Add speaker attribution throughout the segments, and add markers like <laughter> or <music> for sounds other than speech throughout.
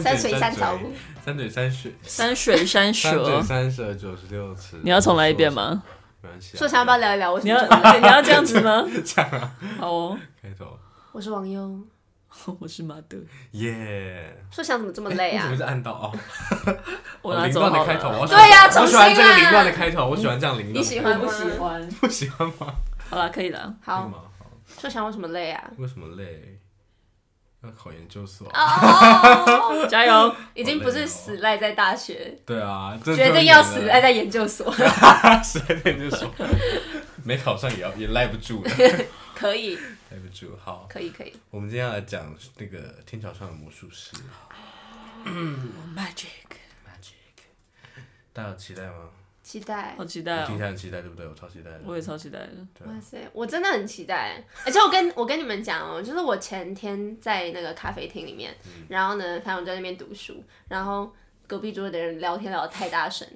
Speaker 1: 山水三条路，
Speaker 2: 山水山水，
Speaker 3: 山水山
Speaker 2: 山水
Speaker 3: 蛇，
Speaker 2: 三蛇九十六次。
Speaker 3: 你要重来一遍？吗？
Speaker 2: 没关系啊。
Speaker 1: 说想要不要聊一聊？我是
Speaker 3: 你要你要这样
Speaker 2: <laughs>
Speaker 3: 子吗？
Speaker 2: 这样啊？
Speaker 3: 好哦，
Speaker 2: 开头
Speaker 1: 我是王优，
Speaker 3: 我是马德，
Speaker 2: 耶！
Speaker 1: 说想怎么这么累
Speaker 2: 为什
Speaker 1: 啊
Speaker 2: 么？是按到哦？
Speaker 3: 我
Speaker 2: 好
Speaker 3: 拿
Speaker 2: 凌
Speaker 3: 走
Speaker 2: 乱的
Speaker 3: 好
Speaker 2: 开头，
Speaker 3: 了。
Speaker 2: 我喜欢
Speaker 1: 对呀
Speaker 2: 我喜欢
Speaker 1: 重新
Speaker 2: 这个
Speaker 1: 啊
Speaker 2: 凌乱的开头，我喜欢这样凌乱的开头。
Speaker 1: 你喜欢吗
Speaker 3: 欢？
Speaker 2: 不喜欢吗？
Speaker 3: 好了，可以了。
Speaker 2: 为什
Speaker 1: 好，
Speaker 2: 么
Speaker 1: 说想为什么累啊？
Speaker 2: 为什么累？要考研究所？
Speaker 1: 哦，
Speaker 3: 加油！
Speaker 1: 已经不是死赖在大 <laughs> 学，
Speaker 2: 对啊，这
Speaker 1: 决定要死赖在研究所，
Speaker 2: <laughs> 死赖在研究所，没考上也要也赖不
Speaker 1: <laughs>
Speaker 2: 住的，
Speaker 1: <laughs> 可以，
Speaker 2: 赖不住。好，
Speaker 1: 可以，可以。
Speaker 2: 我们今天要来讲那个天桥上的魔术师，
Speaker 3: Magic，
Speaker 2: 大家有期待吗？
Speaker 1: 期待
Speaker 3: 好，期待
Speaker 2: 我听
Speaker 3: 哦！
Speaker 2: 起来很期待，对不对？我超期待的。
Speaker 3: 我也超期待的。
Speaker 1: 哇塞，我真的很期待。而且我跟我跟你们讲哦，就是我前天在那个咖啡厅里面，然后呢，反正我在那边读书，然后隔壁桌的人聊天聊得太大声，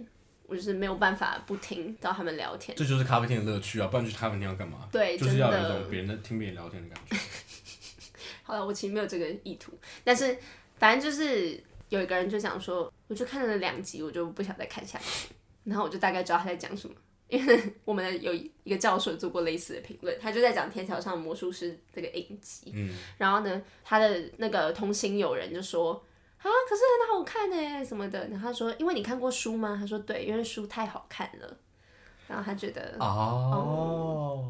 Speaker 1: 我就是没有办法不听到他们聊天。
Speaker 2: 这就是咖啡厅的乐趣啊！不然去咖啡厅要干嘛？
Speaker 1: 对
Speaker 2: 就是要有
Speaker 1: 真
Speaker 2: 一
Speaker 1: 的
Speaker 2: 种别人在听别人聊天的感觉。
Speaker 1: 好了，我其实没有这个意图，但是反正就是有一个人就讲说，我就看了两集，我就不想再看下去，然后我就大概知道他在讲什么，因为我们的有一个教授做过类似的评论，他就在讲《天桥上的魔术师》这个影集，
Speaker 2: 嗯，
Speaker 1: 然后呢，他的那个同行友人就说。啊，可是很好看呢，什么的。然后他说，因为你看过书吗？他说对，因为书太好看了。然后他觉得
Speaker 2: 哦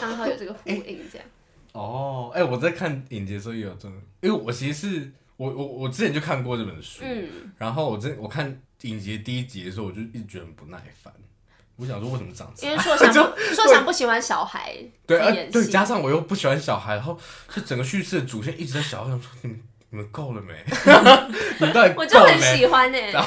Speaker 1: 刚好有这个呼应，这样。
Speaker 2: 哦，哎、我在看影集的时候也有这种，因为我其实是我我我之前就看过这本书，
Speaker 1: 嗯，
Speaker 2: 然后我这我看影集第一集的时候，我就一直觉得很不耐烦。我想说为什么长这
Speaker 1: 因
Speaker 2: 样？
Speaker 1: 为硕翔不硕翔不喜欢小孩
Speaker 2: 对，啊
Speaker 1: 自己演
Speaker 2: 对，
Speaker 1: 戏
Speaker 2: 加上我又不喜欢小孩，然后就整个叙事的主线一直在小孩，我想说你们你们够
Speaker 1: <laughs>
Speaker 2: 了没？你们到底
Speaker 1: 我就
Speaker 2: 够了
Speaker 1: 很
Speaker 2: 没？
Speaker 1: 喜欢欸呢、
Speaker 2: 然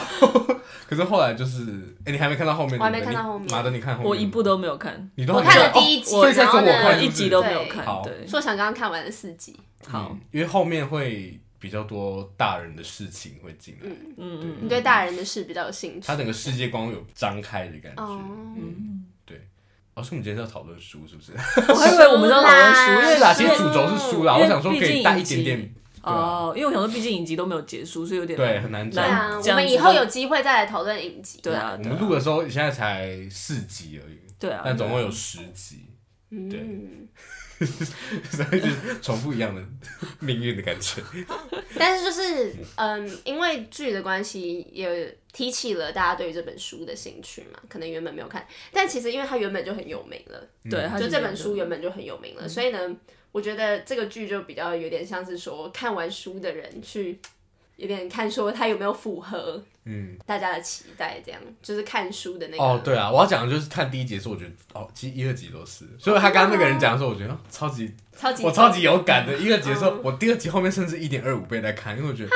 Speaker 2: 可是后来就是，哎、你还没看到后面？
Speaker 1: 我还没
Speaker 2: 对不对
Speaker 1: 看到
Speaker 2: 你
Speaker 1: 后面
Speaker 2: 马德，你看后面吗？
Speaker 3: 我一部都没有看，
Speaker 2: 你都
Speaker 1: 我
Speaker 2: 还
Speaker 1: 看
Speaker 2: 没
Speaker 1: 了第一
Speaker 2: 哦
Speaker 1: 集
Speaker 2: 所以在说
Speaker 1: 然后呢
Speaker 2: 我看
Speaker 3: 一
Speaker 2: 是不是
Speaker 3: 集都没有看
Speaker 2: 好。
Speaker 3: 对，
Speaker 1: 硕翔刚刚看完了四集，
Speaker 3: 好，
Speaker 2: 嗯因为后面会比较多大人的事情会进来，
Speaker 1: 嗯，
Speaker 3: 嗯
Speaker 1: 你对大人的事比较有兴趣
Speaker 2: 他。整个世界观有张开的感觉。
Speaker 1: 哦
Speaker 2: 嗯，对。哦，是我们今天是要讨论书是不是？
Speaker 3: 我还以为我们要讨论书，因
Speaker 1: 对
Speaker 3: 为
Speaker 2: 是啦， <laughs> 其
Speaker 3: 因
Speaker 2: 实
Speaker 3: 为
Speaker 2: 主轴是啊书啦。
Speaker 3: 因
Speaker 2: 我
Speaker 3: 为
Speaker 2: 想说
Speaker 3: 毕
Speaker 2: 可以
Speaker 3: 竟
Speaker 2: 带一
Speaker 3: 影集
Speaker 2: 点点，对啊
Speaker 3: 哦，因为我想说，毕竟影集都没有结束，所以有点
Speaker 2: 对，很难
Speaker 1: 对
Speaker 2: 讲。
Speaker 1: 啊，
Speaker 3: 这
Speaker 1: 我
Speaker 3: 样
Speaker 1: 们
Speaker 3: 子
Speaker 1: 以后
Speaker 3: 就
Speaker 1: 有机会再来讨论影集。
Speaker 3: 对，啊，
Speaker 2: 我
Speaker 3: 对啊
Speaker 2: 们录的时候现在才四集而已，
Speaker 3: 对啊，
Speaker 2: 但总共有十集， <laughs>
Speaker 1: 嗯，
Speaker 2: 所以就是重复一样的命运的感觉。
Speaker 1: 但是就是嗯，因为剧的关系，也提起了大家对于这本书的兴趣嘛。可能原本没有看，但其实因为它原本就很有名了，
Speaker 2: 嗯
Speaker 3: 对，它
Speaker 1: 就是这本书原本就很有名了，所以呢，我觉得这个剧就比较有点像是说看完书的人去，有点看说他有没有符合
Speaker 2: 嗯，
Speaker 1: 大家的期待，这样就是看书的那个。
Speaker 2: 哦，对啊，我要讲的就是看第一集的时候，我觉得哦，其实一、二集都是，所以他刚刚那个人讲的时候，我觉得哦超级
Speaker 1: 超级
Speaker 2: 我超级有感的，一个集的时候，我第二集后面甚至一点二五倍在看，因为我觉得，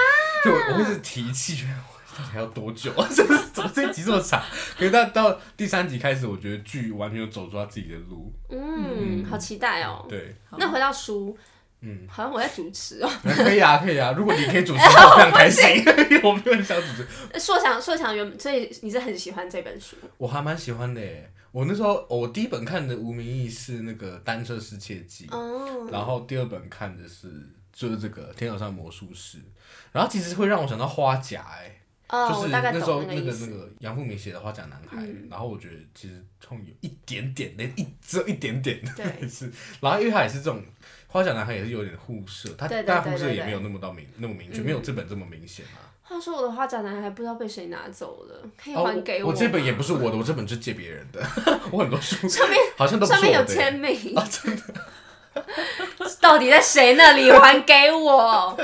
Speaker 2: 就我我一直提气，觉得我到底还要多久啊？ <laughs> 怎么怎么这一集这么长？可是到到第三集开始，我觉得剧完全有走出他自己的路。
Speaker 1: 嗯，好期待哦。
Speaker 2: <laughs> 对，
Speaker 1: 那回到书，
Speaker 2: 嗯，
Speaker 1: 好像我在主持哦。 <laughs>
Speaker 2: 可以啊，可以啊。如果你可以主持，我非常开心，因为 <laughs> 我没有很想主持，
Speaker 1: 硕强，硕强原本，所以你是很喜欢这本书，
Speaker 2: 我还蛮喜欢的耶。我那时候哦我第一本看的《无名义》是那个《单车失窃记》，
Speaker 1: 哦，
Speaker 2: 然后第二本看的是就是这个《天桥上魔术师》，然后其实会让我想到花甲哎。
Speaker 1: 哦，
Speaker 2: 就是
Speaker 1: 我大概
Speaker 2: 那时候
Speaker 1: 懂
Speaker 2: 那
Speaker 1: 个意
Speaker 2: 个
Speaker 1: 思嗯
Speaker 2: 那。个杨富明写的《花甲男孩》然后我觉得其实冲有一点点，连一只有一点点，
Speaker 1: 对
Speaker 2: 是。然后因为他也是这种《花甲男孩》也是有点互射，他
Speaker 1: 对对
Speaker 2: 但
Speaker 1: 对
Speaker 2: 互射
Speaker 1: 对
Speaker 2: 也
Speaker 1: 对嗯
Speaker 2: 没有那么到明那么明确，没有这本这么明显啊。
Speaker 1: 话说我的花甲男孩不知道被谁拿走了，可以
Speaker 2: 哦
Speaker 1: 还给
Speaker 2: 我这本
Speaker 1: 吗
Speaker 2: 也不是我的，我这本是借别人的， <laughs> 我很多书
Speaker 1: 上面
Speaker 2: <laughs> 好像都不
Speaker 1: 上
Speaker 2: 是
Speaker 1: 面
Speaker 2: 我
Speaker 1: 有
Speaker 2: 的
Speaker 1: 签
Speaker 2: 耶。 <laughs> 哦
Speaker 1: 名， <laughs> 到底在谁那里还
Speaker 2: <laughs>
Speaker 1: 给我？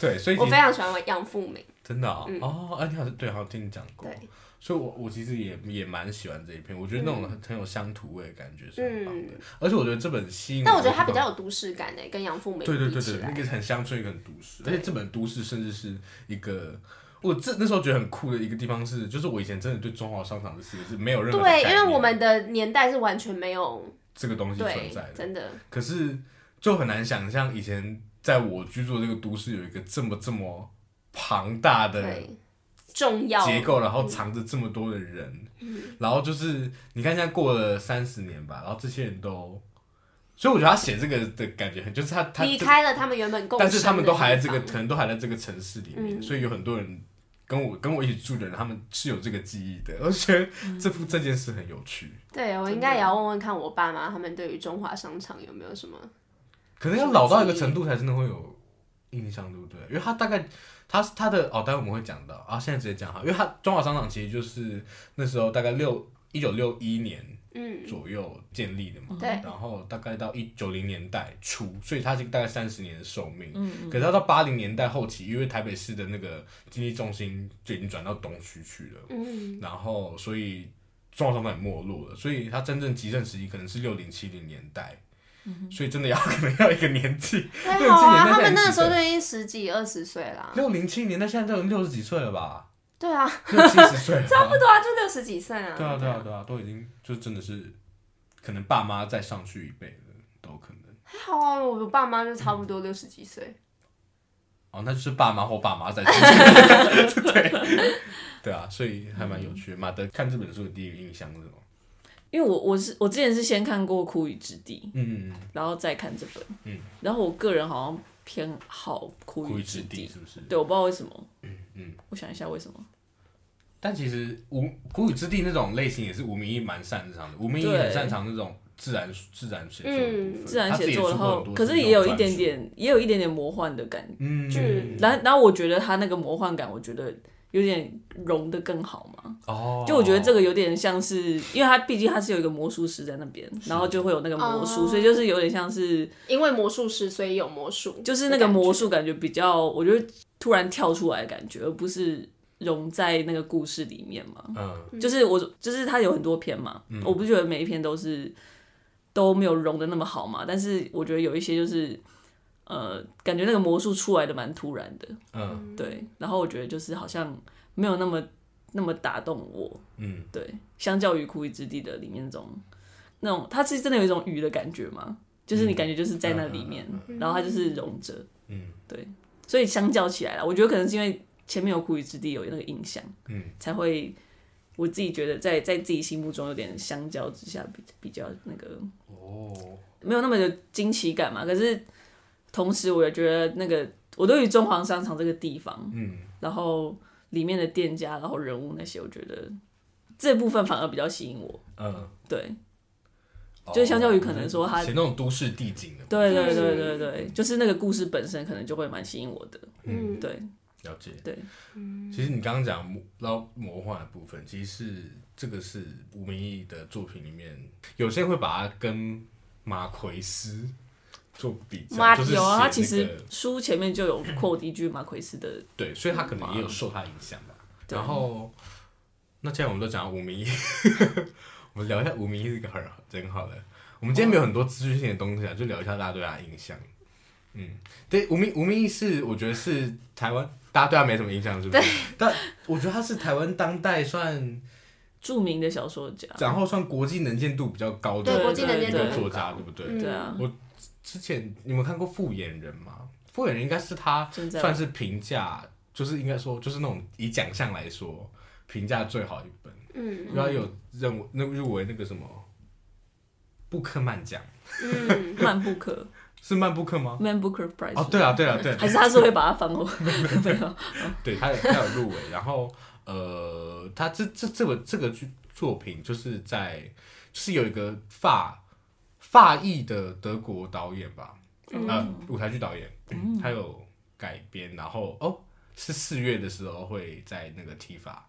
Speaker 2: 对，所以
Speaker 1: 我
Speaker 2: 其
Speaker 1: 非
Speaker 2: 实
Speaker 1: 常喜欢杨富明，
Speaker 2: 真的啊哦，啊，你好像对，好像听你讲过
Speaker 1: 对。
Speaker 2: 所以我，我其实也也蛮喜欢这一篇，我觉得那
Speaker 1: 嗯
Speaker 2: 种很很有乡土味的感觉是很棒的，而且我觉得这本吸引。
Speaker 1: 但我觉得他比较有都市感诶，跟杨富明
Speaker 2: 对对对
Speaker 1: 比起
Speaker 2: 对，那
Speaker 1: 来
Speaker 2: 个很乡村，一个很都市，而
Speaker 1: 对
Speaker 2: 且这本都市甚至是一个。我这那时候觉得很酷的一个地方是，就是我以前真的对中华商场这四个字没有任何的
Speaker 1: 对，
Speaker 2: 概
Speaker 1: 因为
Speaker 2: 念
Speaker 1: 我们的年代是完全没有
Speaker 2: 这个东西存
Speaker 1: 对
Speaker 2: 在，的，
Speaker 1: 真的
Speaker 2: 可是就很难想象以前在我居住的这个都市有一个这么这么庞大的
Speaker 1: 对嗯重要
Speaker 2: 结构，然后藏着这么多的
Speaker 1: 嗯
Speaker 2: 人，然后就是你看现在过了三十年吧，然后这些人都所以我觉得他写这个的感觉很，就是他他
Speaker 1: 离开了他们原本共生
Speaker 2: 但
Speaker 1: 的地方，嗯
Speaker 2: 是他们都还在这个，可能都还在这个城市里面，所以有很多人跟我跟我一起住的人，他们是有这个记忆的。我觉得
Speaker 1: 嗯
Speaker 2: 这幅这件事很有趣，
Speaker 1: 对我应该也要问问看我爸妈他们对于中华商场有没有什么
Speaker 2: 可能要老到一个程度才真的会有印象，对不对？因为他大概他他的哦，待会我们会讲到啊，现在直接讲哈，因为他中华商场其实就是那时候大概六一九六一年
Speaker 1: 嗯
Speaker 2: 左右建立的嘛，
Speaker 1: 对
Speaker 2: 然后大概到一九零年代初，所以它是大概三十年的寿命。可是它到八零年代后期，因为台北市的那个经济中心就已经转到东区去了，
Speaker 1: 嗯
Speaker 2: <laughs> 然后所以中华商场也没落了，所以它真正极盛时期可能是六零七零年代。所以真的要可能要一个年纪， <laughs>
Speaker 1: 还
Speaker 2: 六零
Speaker 1: 好啊，
Speaker 2: 七年代
Speaker 1: 他们那个时候
Speaker 2: 才
Speaker 1: 都已经十几二十岁啦。
Speaker 2: 六零七年代现在都已经六十几岁了吧，
Speaker 1: 对啊，
Speaker 2: 六七十
Speaker 1: <laughs>
Speaker 2: 岁了吧，差不
Speaker 1: 对啊，就六十几岁啊。
Speaker 2: 对啊，对啊，，对啊，都已经就真的是，可能爸妈再上去一辈了，都有可能。
Speaker 1: 还好啊，我爸妈就差不多六十几岁。
Speaker 2: 哦，那就是爸妈或爸妈在进 <laughs> 行对对啊，所以还蛮有趣的。马德看这本书的第一个印象是什么？
Speaker 3: 因为我我是我之前是先看过《苦雨之地
Speaker 2: 嗯，》，
Speaker 3: 然后再看这本，
Speaker 2: 嗯，
Speaker 3: 然后我个人好像偏好《苦
Speaker 2: 孤
Speaker 3: 雨
Speaker 2: 与
Speaker 3: 之
Speaker 2: 之
Speaker 3: 地
Speaker 2: 地》，是不是？
Speaker 3: 对，我不知道为什么，
Speaker 2: 嗯，
Speaker 3: 我想一下为什么，
Speaker 2: 但其实无孤与之地那种类型也是吴明义蛮擅长的，吴明义
Speaker 3: 对
Speaker 2: 很擅长那种自然自然写作的部分，
Speaker 1: 嗯
Speaker 3: 自然
Speaker 2: 他自
Speaker 3: 写
Speaker 2: 己也
Speaker 3: 作，然
Speaker 2: 出过
Speaker 3: 后
Speaker 2: 很多
Speaker 3: 可
Speaker 2: 自
Speaker 3: 是
Speaker 2: 己
Speaker 3: 也有
Speaker 2: 的
Speaker 3: 一点
Speaker 2: 专书，
Speaker 3: 点，也有一点点魔幻的感觉。
Speaker 1: 嗯
Speaker 2: 嗯，
Speaker 3: 然后然后我觉得他那个魔幻感，我觉得有点融的更好嘛。
Speaker 2: 哦，
Speaker 3: 就我觉得这个有点像是，因为他毕竟他是有一个魔术师在那边，
Speaker 2: 嗯
Speaker 3: 然后就会有那个魔术，
Speaker 1: 哦
Speaker 3: 所以就是有点像是，
Speaker 1: 因为魔术师，所以有魔术，
Speaker 3: 就是那个魔术感觉比较，我觉得突然跳出来的感觉，而不是融在那个故事里面嘛。
Speaker 2: 嗯
Speaker 3: 就是我就是他有很多篇嘛，我不觉得每一篇都是都没有融的那么好嘛，但是我觉得有一些就是。呃，感觉那个魔术出来的蛮突然的，
Speaker 2: 嗯
Speaker 3: 对，然后我觉得就是好像没有那么那么打动我，
Speaker 2: 嗯，
Speaker 3: 对，相较于《苦雨之地》的里面那种那种，它是真的有一种雨的感觉嘛，就是你感觉就是在那里面，然后它就是融着，
Speaker 2: 嗯，
Speaker 3: 对，所以相较起来啦，我觉得可能是因为前面有《苦雨之地》有那个印象，
Speaker 2: 嗯，
Speaker 3: 才会我自己觉得在在自己心目中有点相较之下比比较那个
Speaker 2: 哦，
Speaker 3: 没有那么的惊奇感嘛，可是同时我也觉得那个我对于中华商场这个地方，
Speaker 2: 嗯，
Speaker 3: 然后里面的店家，然后人物那些，我觉得这部分反而比较吸引我。
Speaker 2: 嗯，
Speaker 3: 对，就相较于可能说他
Speaker 2: 写那种都市地景的，
Speaker 3: 对对对对对，就是那个故事本身可能就会蛮吸引我的。
Speaker 1: 嗯，
Speaker 3: 对
Speaker 2: 了解。
Speaker 3: 对，
Speaker 2: 其实你刚刚讲魔到魔幻的部分，其实是这个是吴明义的作品里面，有些人会把它跟马奎斯做比较，
Speaker 1: 马
Speaker 2: 就是写
Speaker 3: 有啊，
Speaker 2: 那
Speaker 3: 他
Speaker 2: 个
Speaker 3: 其实书前面就有 quote 一句马奎斯的，
Speaker 2: 对，所以他可能也有受他影响吧。
Speaker 3: 嗯对
Speaker 2: 然后，那既然我们都讲到吴明义， <laughs> 我们聊一下吴明义这个很真好的。我们今天
Speaker 3: 嗯
Speaker 2: 没有很多资讯性的东西啊，就聊一下大家对他的印象。嗯，对，吴明吴明义是我觉得是台湾大家对他没什么印象，是不是？ <laughs> 但我觉得他是台湾当代算，
Speaker 3: 著名的小说家。
Speaker 2: 然后算国际能见度比较高的
Speaker 1: 对
Speaker 3: 啊国际能
Speaker 2: 一
Speaker 3: 见度
Speaker 2: 个
Speaker 3: 很
Speaker 2: 作
Speaker 1: 高
Speaker 2: 家，对不对？
Speaker 1: 嗯
Speaker 3: 对啊，
Speaker 2: 之前你们看过《复眼人》吗？《复眼人》应该是他
Speaker 3: 正在
Speaker 2: 算是评价，就是应该说就是那种以奖项来说评价最好一本，
Speaker 1: 嗯
Speaker 2: 然后有认那入围那个什么布克曼奖，
Speaker 1: 嗯，
Speaker 3: 曼布克
Speaker 2: 是曼布克吗？
Speaker 3: 曼布克 Prize
Speaker 2: 哦，对啊，对啊，对啊，
Speaker 3: 还是他是会把它翻过，没有，
Speaker 2: 对他有他有入围，然后呃，他这这这个这个剧作品就是在就是有一个法法裔的德国导演吧， <laughs>
Speaker 1: 嗯
Speaker 2: 呃，舞台剧导演，
Speaker 3: 嗯
Speaker 2: 他有改编，然后哦是四月的时候会在那个提法。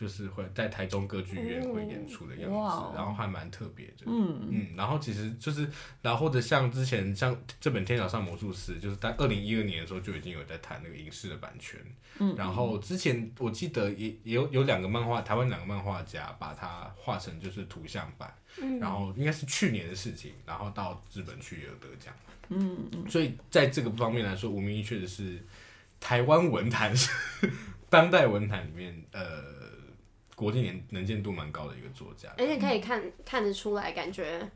Speaker 2: 就是会在台中歌剧院会演出的样子，
Speaker 3: 哦哇哦
Speaker 2: 然后还蛮特别的。
Speaker 3: 嗯，
Speaker 2: 嗯，然后其实就是，然后或者像之前像这本《天桥上魔术师》，就是在二零一二年的时候就已经有在谈那个影视的版权。嗯，然后之前我记得也也有有两个漫画，台湾两个漫画家把它画成就是图像版，嗯、然后应该是去年的事情，然后到日本去也有得奖。嗯，所以在这个方面来说，吴明义确实是台湾文坛是 <laughs> 当代文坛里面呃国际年能见度蛮高的一个作家。
Speaker 1: 而且可以看看得出来，感觉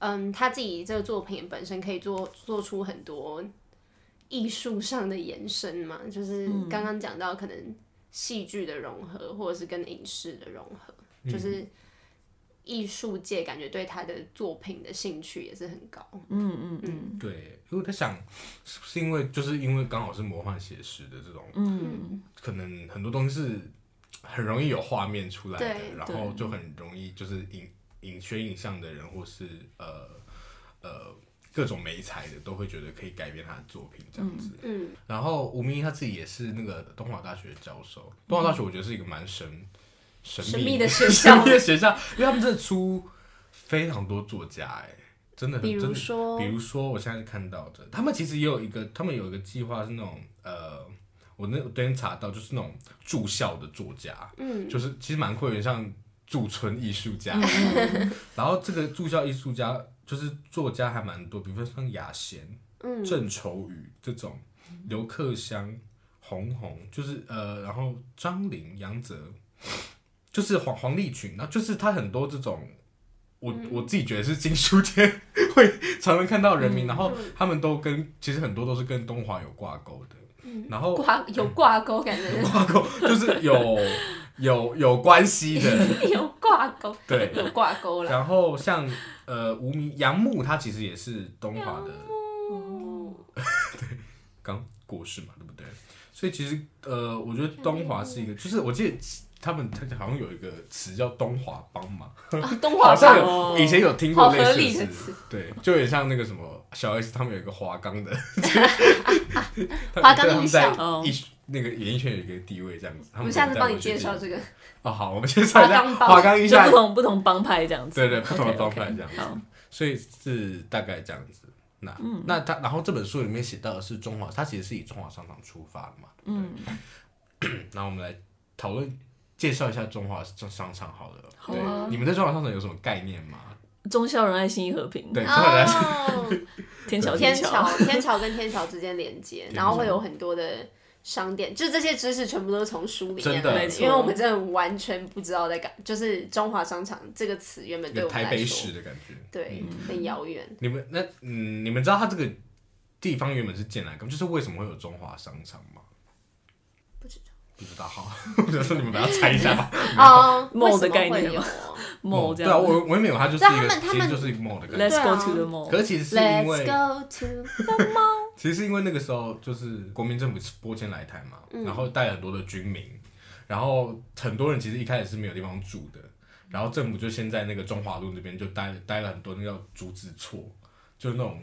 Speaker 1: 嗯，他自己这个作品本身可以做做出很多艺术上的延伸嘛，就是刚刚讲到可
Speaker 2: 嗯
Speaker 1: 能戏剧的融合，或者是跟影视的融合，就是。艺术界感觉对他的作品的兴趣也是很高。
Speaker 3: 嗯嗯嗯
Speaker 2: 对，因为我在想，是不是因为就是因为刚好是魔幻写实的这种，
Speaker 3: 嗯，
Speaker 2: 可能很多东西是很容易有画面出来
Speaker 1: 对
Speaker 2: 的，然后就很容易就是影影学影像的人，或是呃呃各种美材的，都会觉得可以改变他的作品这样子。
Speaker 1: 嗯，
Speaker 2: 然后吴明义他自己也是那个东华大学的教授，东华大学我觉得是一个蛮神神秘
Speaker 1: 神秘的学校
Speaker 2: <laughs> 神秘的学校，因为他们真的出非常多作家哎、真的很
Speaker 1: 比
Speaker 2: 真
Speaker 1: 如
Speaker 2: 的
Speaker 1: 说
Speaker 2: 比如说我现在看到的，他们其实也有一个，他们有一个计划是那种呃，我那我昨天查到就是那种住校的作家，
Speaker 1: 嗯，
Speaker 2: 就是其实蛮酷的，有点像驻村艺术家。 <laughs> 然后这个驻校艺术家就是作家还蛮多，比如说像雅贤、
Speaker 1: 嗯
Speaker 2: 郑愁予这种，刘克襄、洪宏，就是呃，然后张琳、杨泽，就是黄黄立群，然后就是他很多这种。我
Speaker 1: 嗯
Speaker 2: 我自己觉得是进书店会常常看到人
Speaker 1: 嗯
Speaker 2: 名，然后他们都跟其实很多都是跟东华有挂钩的，
Speaker 1: 嗯
Speaker 2: 然后
Speaker 1: 挂有挂钩，感
Speaker 2: <laughs>
Speaker 1: 觉
Speaker 2: 挂钩，就是有有有关系的。
Speaker 1: 有挂钩，
Speaker 2: 对
Speaker 1: <laughs> 有挂钩了。
Speaker 2: 然后像呃无名杨牧，他其实也是东华的
Speaker 1: 哦
Speaker 2: 刚过世嘛，对不对？所以其实呃，我觉得东华是一个，就是我记得他们他好像有一个词叫东华帮嘛，
Speaker 1: 啊，东
Speaker 2: 好
Speaker 1: 华
Speaker 2: 像
Speaker 1: 棒
Speaker 3: 哦
Speaker 2: 有以前有听过类
Speaker 1: 好合
Speaker 2: 似
Speaker 1: 理的
Speaker 2: 词
Speaker 1: 词，
Speaker 2: 对，就有点像那个什么小 S 他们有一个华冈
Speaker 1: <laughs>
Speaker 2: 的，他们
Speaker 1: 华冈
Speaker 2: 他们
Speaker 1: 艺
Speaker 2: 在
Speaker 1: 校
Speaker 3: 哦
Speaker 2: 艺术那个演艺圈有一个地位这样子。他们
Speaker 1: 我们下次
Speaker 2: 在
Speaker 1: 帮你
Speaker 2: 文学
Speaker 1: 介
Speaker 2: 界
Speaker 1: 绍这个。
Speaker 2: 哦，好，我们介绍一下
Speaker 1: 华冈帮
Speaker 2: 华冈艺
Speaker 3: 就
Speaker 2: 校
Speaker 1: <laughs>
Speaker 3: 不同不同帮派这样子，
Speaker 2: 对对不同的
Speaker 3: OK，OK，
Speaker 2: 帮派这样子
Speaker 3: 好，
Speaker 2: 所以是大概这样子。那、
Speaker 3: 嗯
Speaker 2: 那他然后这本书里面写到的是中华，他其实是以中华商场出发的嘛。
Speaker 3: 嗯，
Speaker 2: <coughs> 那我们来讨论介绍一下中华商商场好了。
Speaker 3: 好
Speaker 2: 对
Speaker 3: 啊嗯
Speaker 2: 你们对中华商场有什么概念吗？
Speaker 3: 忠孝仁爱心义和
Speaker 2: <laughs>
Speaker 3: 平，
Speaker 2: 对，中华
Speaker 3: 啊
Speaker 2: 商场
Speaker 1: 哦，
Speaker 3: 天桥
Speaker 1: 天
Speaker 3: 桥，
Speaker 1: 桥，天桥跟天桥之间连接，然后会有很多的商店，就这些知识全部都是从书里
Speaker 2: 真
Speaker 1: 面
Speaker 2: 的
Speaker 1: 来
Speaker 3: 没
Speaker 1: 的，
Speaker 3: 错
Speaker 1: 因为我们真的完全不知道在干，就是中华商场这个词原本
Speaker 2: 一
Speaker 1: 对
Speaker 2: 个
Speaker 1: 我们
Speaker 2: 台
Speaker 1: 来
Speaker 2: 北
Speaker 1: 说
Speaker 2: 市，嗯的感觉。
Speaker 1: 对，很遥远。
Speaker 2: 你们那嗯，你们知道它这个地方原本是建来干嘛，就是为什么会有中华商场吗？
Speaker 1: 不知道
Speaker 2: 不知道， <laughs> 好，我想说你们把它猜一下吧。
Speaker 1: 哦，为
Speaker 3: <laughs> 梦
Speaker 1: 什
Speaker 3: 的
Speaker 1: 么
Speaker 3: 概
Speaker 1: 会
Speaker 3: 念
Speaker 1: 有
Speaker 3: 吗？mall 这
Speaker 2: 对啊，
Speaker 3: 样子
Speaker 2: 我我也没有，它就是一
Speaker 1: 但他
Speaker 2: 个，
Speaker 1: 们他
Speaker 2: 其实
Speaker 1: 们
Speaker 2: 就是一个 mall 的感觉。
Speaker 3: ，Let's
Speaker 1: 对啊
Speaker 3: go to the mall，
Speaker 2: 可是 <laughs> 其实是因
Speaker 1: ？Let's
Speaker 2: 为
Speaker 1: go to <laughs>
Speaker 2: 其实是因为那个时候就是国民政府拨迁来台嘛，然后带很多的军民，然后很多人其实一开始是没有地方住的，然后政府就先在那个中华路那边就待待了很多那叫竹子厝，就那种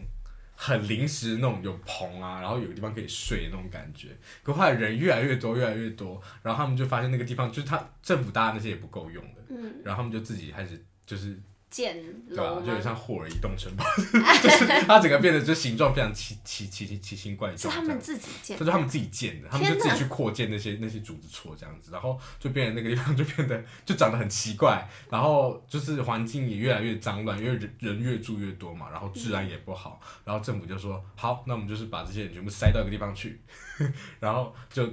Speaker 2: 很临时那种有棚啊，然后有地方可以睡那种感觉。可后来人越来越多，越来越多，然后他们就发现那个地方就是他政府搭的那些也不够用了，
Speaker 1: 嗯
Speaker 2: 然后他们就自己开始就是
Speaker 1: 建
Speaker 2: 对啊
Speaker 1: 楼，
Speaker 2: 就有点
Speaker 1: 吗？
Speaker 2: 像霍尔移动城堡， <laughs> 就是它整个变得就形状非常奇奇奇奇奇形怪
Speaker 1: 是
Speaker 2: 状
Speaker 1: 他
Speaker 2: 这样
Speaker 1: 们
Speaker 2: 子。
Speaker 1: 自己建
Speaker 2: 这。是他们自己建的，他们就
Speaker 1: 天
Speaker 2: 自
Speaker 1: 哪
Speaker 2: 己去扩建那些那些竹子厝这样子，然后就变得那个地方就变得就长得很奇怪，然后就是环境也越来越脏乱，因为人人越住越多嘛，然后治
Speaker 1: 嗯
Speaker 2: 安也不好，然后政府就说好，那我们就是把这些人全部塞到一个地方去， <laughs> 然后就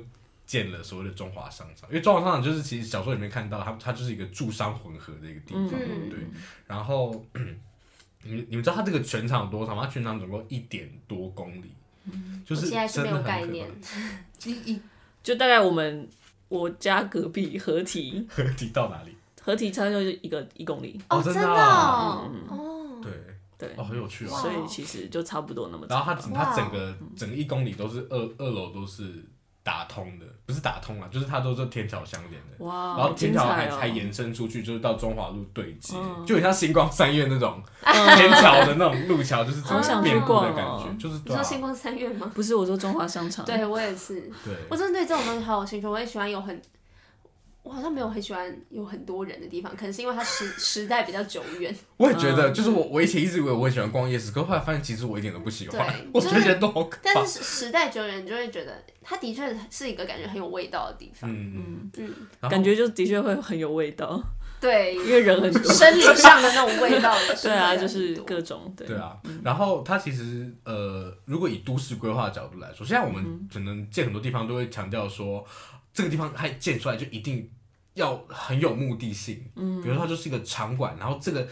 Speaker 2: 建了所谓的中华商场，因为中华商场就是其实小说里面看到它它就是一个住商混合的一个地方，
Speaker 1: 嗯
Speaker 2: 对，然后你们你们知道它这个全长有多长吗？它全长总共一点多公里，就
Speaker 1: 嗯我
Speaker 2: 是
Speaker 1: 现在是
Speaker 2: 真
Speaker 1: 没
Speaker 2: 的
Speaker 1: 有
Speaker 2: 很
Speaker 1: 概
Speaker 2: 可怕
Speaker 1: 念，
Speaker 2: 一一
Speaker 3: 就大概我们我家隔壁合体，
Speaker 2: <laughs> 合体到哪里？
Speaker 3: 合体差不多就是一个一公里，
Speaker 2: 哦真
Speaker 1: 真
Speaker 2: 的
Speaker 1: 的
Speaker 2: 啊
Speaker 1: 哦，哦
Speaker 2: 对
Speaker 3: 对
Speaker 2: 哦，很有趣哦。
Speaker 1: 哇
Speaker 3: 所以其实就差不多那么
Speaker 2: 然后它
Speaker 3: 长
Speaker 2: 整
Speaker 3: 吧。
Speaker 2: 它整个
Speaker 3: 嗯
Speaker 2: 整个一公里都是二二楼都是打通的，不是打通啊，就是它都是天桥相连的。
Speaker 3: 哇，
Speaker 2: 然后
Speaker 3: 好
Speaker 2: 天
Speaker 3: 精
Speaker 2: 桥
Speaker 3: 彩
Speaker 2: 还
Speaker 3: 哦！
Speaker 2: 还延伸出去，就是到中华路对接，
Speaker 3: 嗯
Speaker 2: 就很像星光三月那种
Speaker 1: 嗯
Speaker 2: 天桥的那种路桥，就是
Speaker 3: 好
Speaker 2: 整
Speaker 3: 想
Speaker 2: 个
Speaker 3: 去
Speaker 2: 遍布的
Speaker 3: 逛
Speaker 2: 感
Speaker 3: 哦
Speaker 2: 觉，就是
Speaker 1: 你
Speaker 2: 对啊啊
Speaker 1: 说星光三月吗？
Speaker 3: 不是我说中华商场，
Speaker 1: 对我也是，
Speaker 2: 对，
Speaker 1: 我真的对这种东西好有兴趣，我也喜欢有很，我好像没有很喜欢有很多人的地方，可能是因为它时时代比较久远，
Speaker 2: 我也觉得，就是我我以前一直以为我很喜欢逛夜市，可后来发现其实我一点都不喜欢
Speaker 1: 对，
Speaker 2: <laughs> 我觉得人都好可怕
Speaker 1: 但。是时时代久远，你就会觉得它的确是一个感觉很有味道的地方。
Speaker 2: 嗯，
Speaker 1: 嗯，
Speaker 2: 然后
Speaker 3: 感觉就的确会很有味道，
Speaker 1: 对，
Speaker 3: 因为人很多。
Speaker 1: 生理上的那种味道也是
Speaker 3: 对
Speaker 1: 会
Speaker 3: 啊，
Speaker 1: 很
Speaker 3: 就
Speaker 1: 多
Speaker 3: 是各种对
Speaker 2: 对啊，然后它其实呃，如果以都市规划的角度来说，现在我们可能建很多地方都会强调说，这个地方它建出来就一定要很有目的性。嗯，比如说它就是一个场馆，然后这个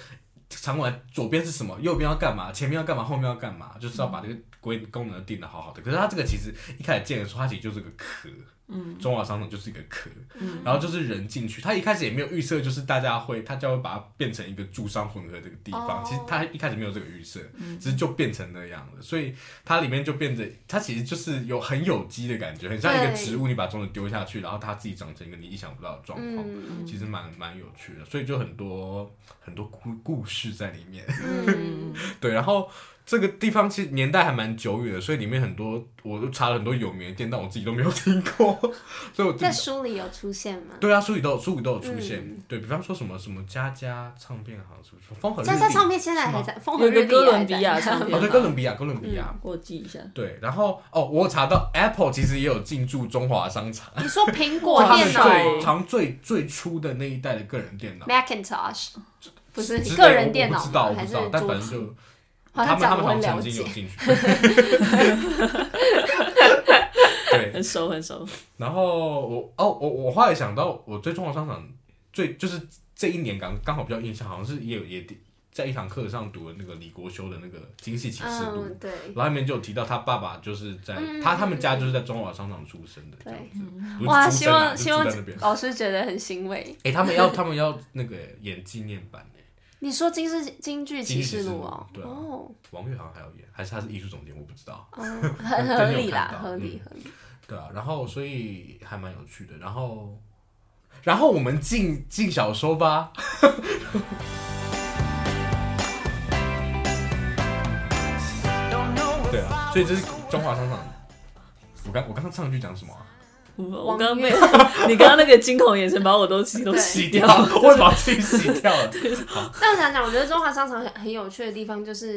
Speaker 2: 场馆左边是什么，右边要干嘛，前面要干嘛，后面要干嘛，就是要把这个规功能定的好好的。可是它这个其实一开始建的时候，它其实就是个壳，嗯，中华商场就是一个壳，
Speaker 3: 嗯
Speaker 2: 然后就是人进去，他一开始也没有预设，就是大家会，他就会把它变成一个住商混合这个地方。
Speaker 1: 哦嗯
Speaker 2: 其实他一开始没有这个预设，只是就变成那样了。所以它里面就变得，它其实就是有很有机的感觉，很像一个
Speaker 1: 对
Speaker 2: 植物，你把种子丢下去，然后它自己长成一个你意想不到的状况，
Speaker 1: 嗯
Speaker 2: 其实蛮蛮有趣的。所以就很多很多故故事在里面。 <laughs>
Speaker 1: 嗯，
Speaker 2: 对，然后这个地方其实年代还蛮久远的，所以里面很多我都查了很多有名的店，但我自己都没有听过， <laughs> 所以我自
Speaker 1: 在
Speaker 2: 己
Speaker 1: 书里有出现吗？
Speaker 2: 对啊，书里都有书里都有出现，
Speaker 1: 嗯
Speaker 2: 对比方说什么什么佳佳唱片行是不是？风和日
Speaker 1: 加上
Speaker 2: 丽
Speaker 1: 唱片现在还在，风和
Speaker 3: 有
Speaker 1: 日
Speaker 3: 个
Speaker 1: 丽
Speaker 3: 哥伦
Speaker 1: 还
Speaker 3: 比
Speaker 1: 在
Speaker 3: 亚唱片
Speaker 2: 哦，对，
Speaker 3: 嘛
Speaker 2: 哥伦比亚，哥伦比
Speaker 1: 嗯
Speaker 2: 亚。
Speaker 3: 啊 <laughs> 我记一下。
Speaker 2: 对，然后哦，我有查到 Apple 其实也有进驻中华商场，
Speaker 1: 你说苹
Speaker 2: 就
Speaker 1: 果
Speaker 2: <laughs> 他们
Speaker 1: 电脑
Speaker 2: 最常最最初的那一代的个人电脑，
Speaker 1: Macintosh 不是
Speaker 2: 之类
Speaker 1: 个
Speaker 2: 的
Speaker 1: 人
Speaker 2: 我
Speaker 1: 电脑
Speaker 2: 我不知道，
Speaker 1: 吗
Speaker 2: 我不
Speaker 1: 还是
Speaker 2: 知道，但
Speaker 1: 桌
Speaker 2: 反正
Speaker 1: 机？
Speaker 2: 就
Speaker 1: 好
Speaker 2: 他们
Speaker 1: 像讲
Speaker 2: 他
Speaker 1: 我
Speaker 2: 们好
Speaker 1: 会
Speaker 2: 像
Speaker 1: 了
Speaker 2: 曾经有
Speaker 1: 解。
Speaker 2: 进去， <laughs> 对，
Speaker 3: 很熟很熟，
Speaker 2: 然后我哦，我我后来想到，我对中华商场最就是这一年刚刚好比较印象，好像是也有也在一堂课上读的那个李国修的那个《精细启示录》
Speaker 1: 嗯，对
Speaker 2: 然后里面就有提到他爸爸就是在、
Speaker 1: 嗯
Speaker 2: 他他们家就是在中华商场出生的这
Speaker 1: 对
Speaker 2: 样子， <laughs> 不是
Speaker 1: 哇，
Speaker 2: 出
Speaker 1: 希
Speaker 2: 生啊
Speaker 1: 望
Speaker 2: 就
Speaker 1: 希
Speaker 2: 住
Speaker 1: 望
Speaker 2: 在那边。
Speaker 1: 老师觉得很欣慰。
Speaker 2: 哎、他们要他们要那个演纪念版哎，
Speaker 1: 你说京是京
Speaker 2: 京剧
Speaker 1: 剧启
Speaker 2: 启
Speaker 1: 示
Speaker 2: 示
Speaker 1: 录
Speaker 2: 录
Speaker 1: 哦，
Speaker 2: 对啊
Speaker 1: 哦，
Speaker 2: 王月好像还有演，还是他是艺术总监，我不知道。
Speaker 1: 哦，
Speaker 2: <laughs>
Speaker 1: 很
Speaker 2: 真
Speaker 1: 合
Speaker 2: 啊的有
Speaker 1: 理
Speaker 2: 看
Speaker 1: 啦，
Speaker 2: 到
Speaker 1: 合理合理。
Speaker 2: 对啊，然后所以还蛮有趣的，然后然后我们进进小说吧。对啊，所以这是中华商场。我刚我刚刚上去讲什么、啊？
Speaker 3: 我我刚刚被你刚刚那个惊恐眼神把我东西都吸掉。
Speaker 2: 我也把自己洗掉
Speaker 1: <laughs>
Speaker 2: 了。
Speaker 1: 但我想想，我觉得中华商场很很有趣的地方，就是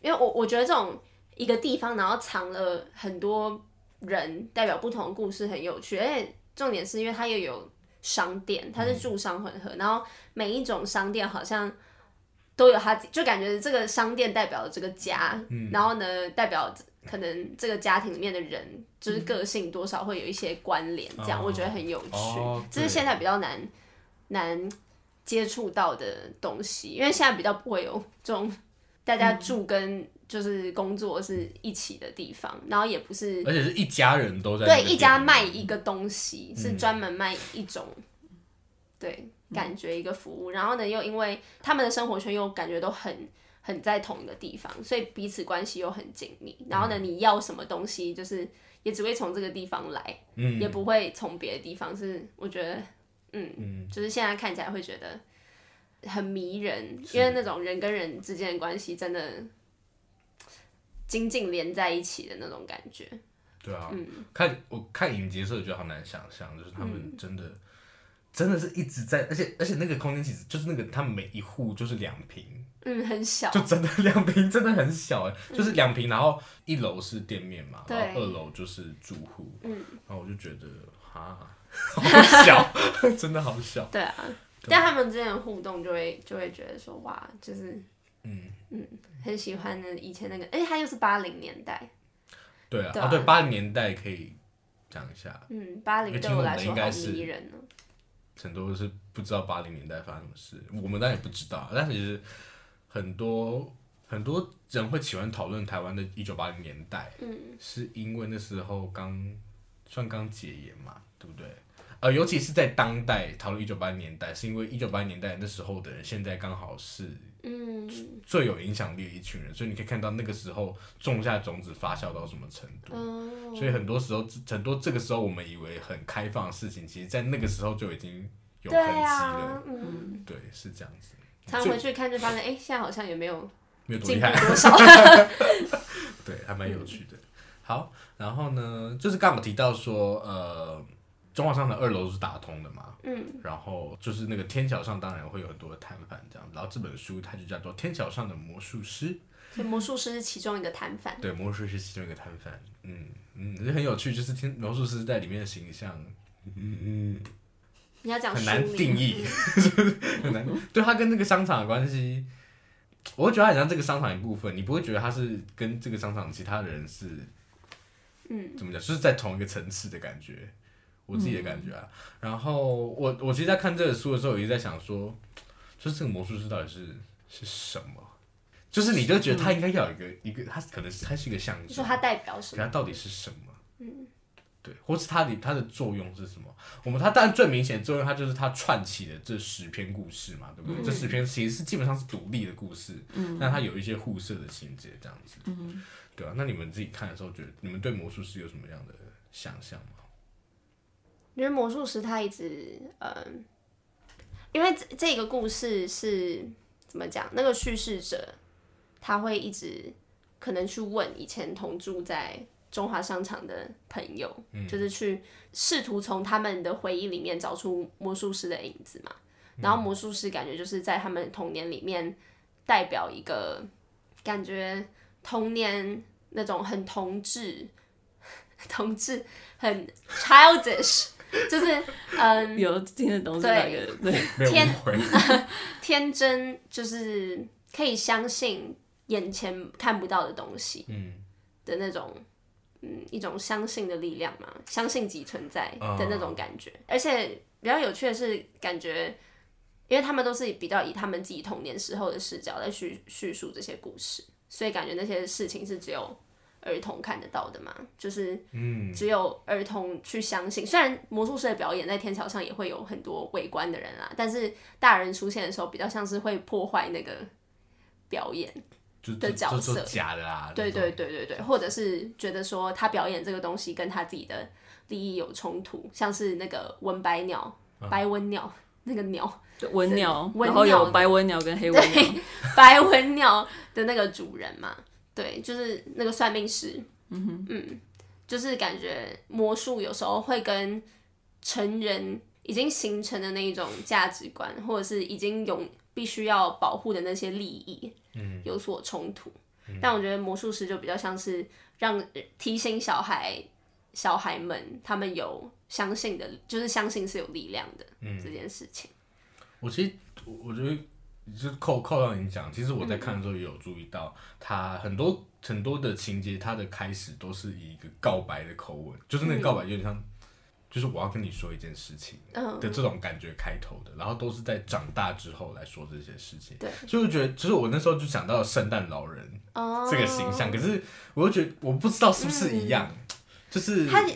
Speaker 1: 因为我我觉得这种一个地方，然后藏了很多人，代表不同的故事，很有趣。而且重点是因为它又有商店，它是住商混合，然后每一种商店好像都有它自己，就感觉这个商店代表了这个家，
Speaker 2: 嗯
Speaker 1: 然后呢代表可能这个家庭里面的人，就是个性多少会有一些关联，这样、
Speaker 2: 哦
Speaker 1: 我觉得很有趣。
Speaker 2: 哦
Speaker 1: 这是
Speaker 2: 对
Speaker 1: 现在比较难难接触到的东西，因为现在比较不会有这种大家
Speaker 2: 嗯
Speaker 1: 住跟就是工作是一起的地方，然后也不是
Speaker 2: 而且是一家人都在那个
Speaker 1: 对
Speaker 2: 店里。嗯
Speaker 1: 一家卖一个东西，是专门卖一种，对感觉一个服务。然后呢，又因为他们的生活圈又感觉都很很在同一个地方，所以彼此关系又很紧密。然
Speaker 2: 嗯
Speaker 1: 后呢，你要什么东西，就是也只会从这个地方来，
Speaker 2: 嗯
Speaker 1: 也不会从别的地方。是我觉得，嗯，就是现在看起来会觉得。很迷人，因为那种人跟人之间的关系真的紧紧连在一起的那种感觉。
Speaker 2: 对啊，
Speaker 1: 嗯
Speaker 2: 看我看影集的时候，觉得好难想象，就是他们真的、
Speaker 1: 嗯
Speaker 2: 真的是一直在，而且而且那个空间其实就是那个他们每一户就是两平，
Speaker 1: 嗯，很小，
Speaker 2: 就真的两平真的很小哎、就是两平，然后一楼是店面嘛，
Speaker 1: 嗯对
Speaker 2: 然后二楼就是住户，
Speaker 1: 嗯
Speaker 2: 然后我就觉得哈，好
Speaker 1: <laughs>
Speaker 2: 小，真的好小，
Speaker 1: 对啊，但他们之间的互动就会就会觉得说哇，就是
Speaker 2: 嗯，
Speaker 1: 很喜欢的以前那个，而且他又是八零年代，
Speaker 2: 对啊，
Speaker 1: 对
Speaker 2: 啊
Speaker 1: 啊
Speaker 2: 对，八零年代可以讲一下，
Speaker 1: 嗯，八零对我来说好迷人哦、
Speaker 2: 很多是不知道八零年代发生什么事，我们当然也不知道，但其实很多很多人会喜欢讨论台湾的一九八零年代，
Speaker 1: 嗯，
Speaker 2: 是因为那时候刚算刚解严嘛，对不对？呃，尤其是在当代讨论一九八零年代，是因为一九八零年代那时候的人，现在刚好是
Speaker 1: 嗯
Speaker 2: 最有影响力的一群人，所以你可以看到那个时候种下种子发酵到什么程度。
Speaker 1: 嗯，
Speaker 2: 所以很多时候，很多这个时候我们以为很开放的事情，其实在那个时候就已经有
Speaker 1: 对
Speaker 2: 痕迹
Speaker 1: 啊
Speaker 2: 了。，
Speaker 1: 嗯，
Speaker 2: 对，是这样子，
Speaker 1: 常回去看就发现，哎、现在好像也没有
Speaker 2: 没有多
Speaker 1: 进
Speaker 2: 厉
Speaker 1: 步
Speaker 2: 害，
Speaker 1: 多少，
Speaker 2: <laughs> 对，还蛮有趣的。好，然后呢，就是刚刚有提到说，呃，中华商场二楼是打通的嘛，
Speaker 1: 嗯，
Speaker 2: 然后就是那个天桥上当然会有很多的摊贩这样，然后这本书它就叫做《天桥上的魔术师》。
Speaker 1: 所以魔术师是其中一个摊贩，
Speaker 2: 对，魔术师是其中一个摊贩。嗯嗯，就很有趣，就是天魔术师在里面的形象，嗯
Speaker 1: 你要
Speaker 2: 嗯，
Speaker 1: 讲
Speaker 2: 很
Speaker 1: 书
Speaker 2: 难
Speaker 1: 名
Speaker 2: 定义， <laughs> 很难。对他跟那个商场的关系，我会觉得他很像这个商场一部分，你不会觉得他是跟这个商场其他人是，
Speaker 1: 嗯，
Speaker 2: 怎么讲，就是在同一个层次的感觉，我自己的感觉
Speaker 1: 嗯
Speaker 2: 啊。然后我我其实，在看这本书的时候，我一直在想说，就是这个魔术师到底是是什么？就是你就觉得他应该要有一个、一个，他可能是他是一个象
Speaker 1: 就
Speaker 2: 征
Speaker 1: 说，他代表什
Speaker 2: 可
Speaker 1: 么，
Speaker 2: 它到底是什么？嗯，对，或是它的它的作用是什么？我们它当然最明显的作用，它就是它串起的这十篇故事嘛，对不
Speaker 1: 嗯
Speaker 2: 对？这十篇其实是基本上是独立的故事，嗯，但它有一些互射的情节这样子，嗯，对啊。那你们自己看的时候，觉得你们对魔术师有什么样的想象
Speaker 1: <laughs>
Speaker 2: 吗？
Speaker 1: 因为魔术师他一直嗯、因为这这个故事是怎么讲？那个叙事者他会一直可能去问以前同住在中华商场的朋友，就是去试图从他们的回忆里面找出魔术师的影子嘛。然后魔术师感觉就是在他们童年里面代表一个感觉童年那种很童 <laughs> 稚、童稚很 childish，就是嗯。
Speaker 3: 有听得懂是哪个？对，
Speaker 2: 没有误
Speaker 1: <laughs>
Speaker 2: 会，
Speaker 1: 天真，就是可以相信眼前看不到的东西
Speaker 2: 嗯
Speaker 1: 的那种，嗯，一种相信的力量嘛，相信即存在
Speaker 2: 啊
Speaker 1: 的那种感觉。而且比较有趣的是，感觉因为他们都是比较以他们自己童年时候的视角在叙叙述这些故事，所以感觉那些事情是只有儿童看得到的嘛，就是
Speaker 2: 嗯，
Speaker 1: 只有儿童去相信。虽然魔术师的表演在天桥上也会有很多围观的人啦，但是大人出现的时候，比较像是会破坏那个表演。
Speaker 2: 就
Speaker 1: 的
Speaker 2: 就
Speaker 1: 角
Speaker 2: 就
Speaker 1: 色
Speaker 2: 说假的啦，
Speaker 1: 对
Speaker 2: 这种
Speaker 1: 对，对对对，或者是觉得说他表演这个东西跟他自己的利益有冲突，像是那个文白鸟、白文鸟那个鸟。
Speaker 3: 就文鸟，
Speaker 1: 文
Speaker 3: 然后有
Speaker 1: 鸟
Speaker 3: 白文鸟跟黑文鸟，
Speaker 1: <laughs> 白文鸟的那个主人嘛，对，就是那个算命师，嗯就是感觉魔术有时候会跟成人已经形成的那一种价值观，或者是已经有必须要保护的那些利益，嗯，有所冲突。
Speaker 2: 嗯
Speaker 1: 但我觉得魔术师就比较像是让呃提醒小孩、小孩们，他们有相信的，就是相信是有力量的、
Speaker 2: 嗯
Speaker 1: 这件事情。
Speaker 2: 我其实我我觉得就是扣扣到你讲，其实我
Speaker 1: 嗯
Speaker 2: 在看的时候也有注意到，它很多很多的情节，它的开始都是以一个告白的口吻，就是那个告白有点像，就是我要跟你说一件事情
Speaker 1: 嗯
Speaker 2: 的这种感觉开头的，然后都是在长大之后来说这些事情。
Speaker 1: 对，
Speaker 2: 所以我觉得，就是我那时候就想到圣诞老人
Speaker 1: 哦嗯
Speaker 2: 这个形象，可是我又觉得我不知道是不是一样，就是
Speaker 1: 他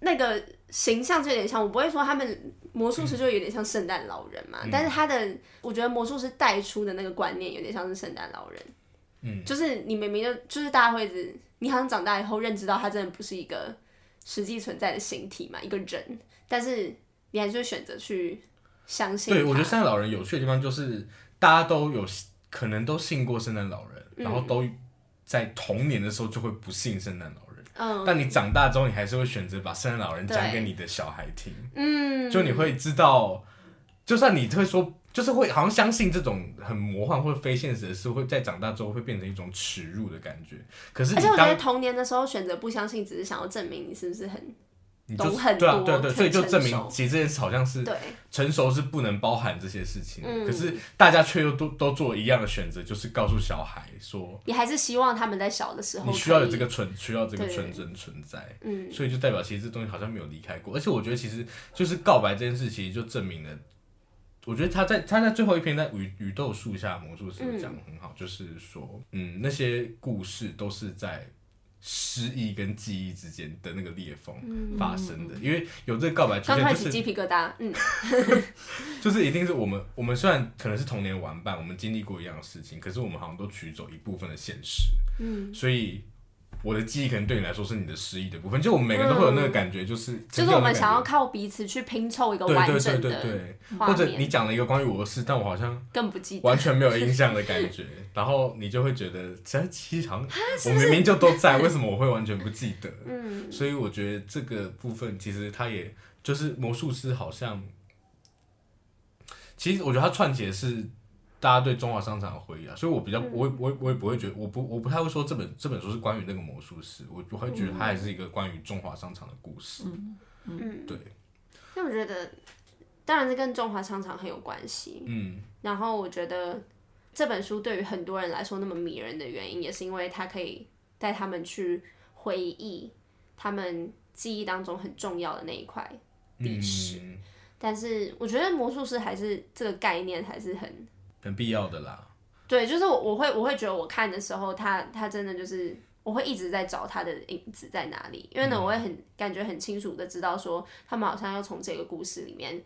Speaker 1: 那个形象就有点像，我不会说他们魔术师就有点像圣诞老人
Speaker 2: 嗯
Speaker 1: 嘛，但是他的我觉得魔术师带出的那个观念有点像是圣诞老人，
Speaker 2: 嗯，
Speaker 1: 就是你明明就就是大家会一直，你好像长大以后认知到他真的不是一个实际存在的形体嘛，一个人，但是你还是会选择去相信他。
Speaker 2: 对，我觉得圣诞老人有趣的地方就是大家都有可能都信过圣诞老人，
Speaker 1: 嗯
Speaker 2: 然后都在童年的时候就会不信圣诞老人。
Speaker 1: 嗯
Speaker 2: 但你长大之后，你还是会选择把圣诞老人讲
Speaker 1: 对
Speaker 2: 给你的小孩听，
Speaker 1: 嗯，
Speaker 2: 就你会知道，就算你会说，就是会好像相信这种很魔幻或者非现实的事，会在长大之后会变成一种耻辱的感觉。可是
Speaker 1: 而
Speaker 2: 你
Speaker 1: 且我觉得
Speaker 2: 当
Speaker 1: 童年的时候选择不相信，只是想要证明你是不是很
Speaker 2: 你就
Speaker 1: 懂很
Speaker 2: 对
Speaker 1: 多，
Speaker 2: 啊对对，
Speaker 1: 很
Speaker 2: 所以就
Speaker 1: 成
Speaker 2: 证明
Speaker 1: 熟
Speaker 2: 其实这件事好像是
Speaker 1: 对。
Speaker 2: 成熟是不能包含这些事情的，
Speaker 1: 嗯
Speaker 2: 可是大家却又都都做一样的选择，就是告诉小孩说，
Speaker 1: 你还是希望他们在小的时候
Speaker 2: 你需要有
Speaker 1: 可以
Speaker 2: 这个纯，需要这个
Speaker 1: 对
Speaker 2: 纯真存在，
Speaker 1: 嗯
Speaker 2: 所以就代表其实这东西好像没有离开过。而且我觉得其实就是告白这件事，其实就证明了，我觉得他在他在最后一篇在宇宇宙树下魔术师有讲的很好，就是说，嗯，那些故事都是在失忆跟记忆之间的那个裂缝发生的，因为有这个告白出
Speaker 1: 嗯刚
Speaker 2: 现，
Speaker 1: 开
Speaker 2: 就
Speaker 1: 始
Speaker 2: 是
Speaker 1: 鸡皮疙瘩，嗯，
Speaker 2: 就是一定是我们，我们虽然可能是童年玩伴，我们经历过一样的事情，可是我们好像都取走一部分的现实。嗯，所以我的记忆可能对你来说是你的失忆的部分，就我们每个人都会有那个感觉，就是
Speaker 1: 嗯就是我们想要
Speaker 2: 要
Speaker 1: 靠彼此去拼凑一个
Speaker 2: 对
Speaker 1: 完
Speaker 2: 对对
Speaker 1: 整
Speaker 2: 对
Speaker 1: 的，
Speaker 2: 对，
Speaker 1: 画
Speaker 2: 或者
Speaker 1: 面
Speaker 2: 你讲了一个关于我的事，但我好像
Speaker 1: 更不记得。
Speaker 2: 完全没有印象的感觉，然后你就会觉得，其实其实好像我明明就都在，为什么我会完全不记得？
Speaker 1: 嗯，
Speaker 2: 所以我觉得这个部分其实它也就是魔术师好像，其实我觉得它串起的是大家对中华商场的回忆啊，所以我比较我也我也我也不会觉得我不我不太会说这本这本书是关于那个魔术师，我我会觉得它还是一个关于中华商场的故事，
Speaker 1: 嗯，
Speaker 2: 对，
Speaker 1: 那我觉得当然是跟中华商场很有关系。
Speaker 2: 嗯
Speaker 1: 然后我觉得这本书对于很多人来说那么迷人的原因，也是因为它可以带他们去回忆他们记忆当中很重要的那一块历史。
Speaker 2: 嗯，
Speaker 1: 但是我觉得魔术师还是这个概念还是很
Speaker 2: 很必要的啦，
Speaker 1: 对，就是我我会我会觉得我看的时候，他他真的就是我我会一直在找他的影子在哪里，因为
Speaker 2: 嗯
Speaker 1: 呢，我会很感觉很清楚的知道说，他们好像要从这个故事里面，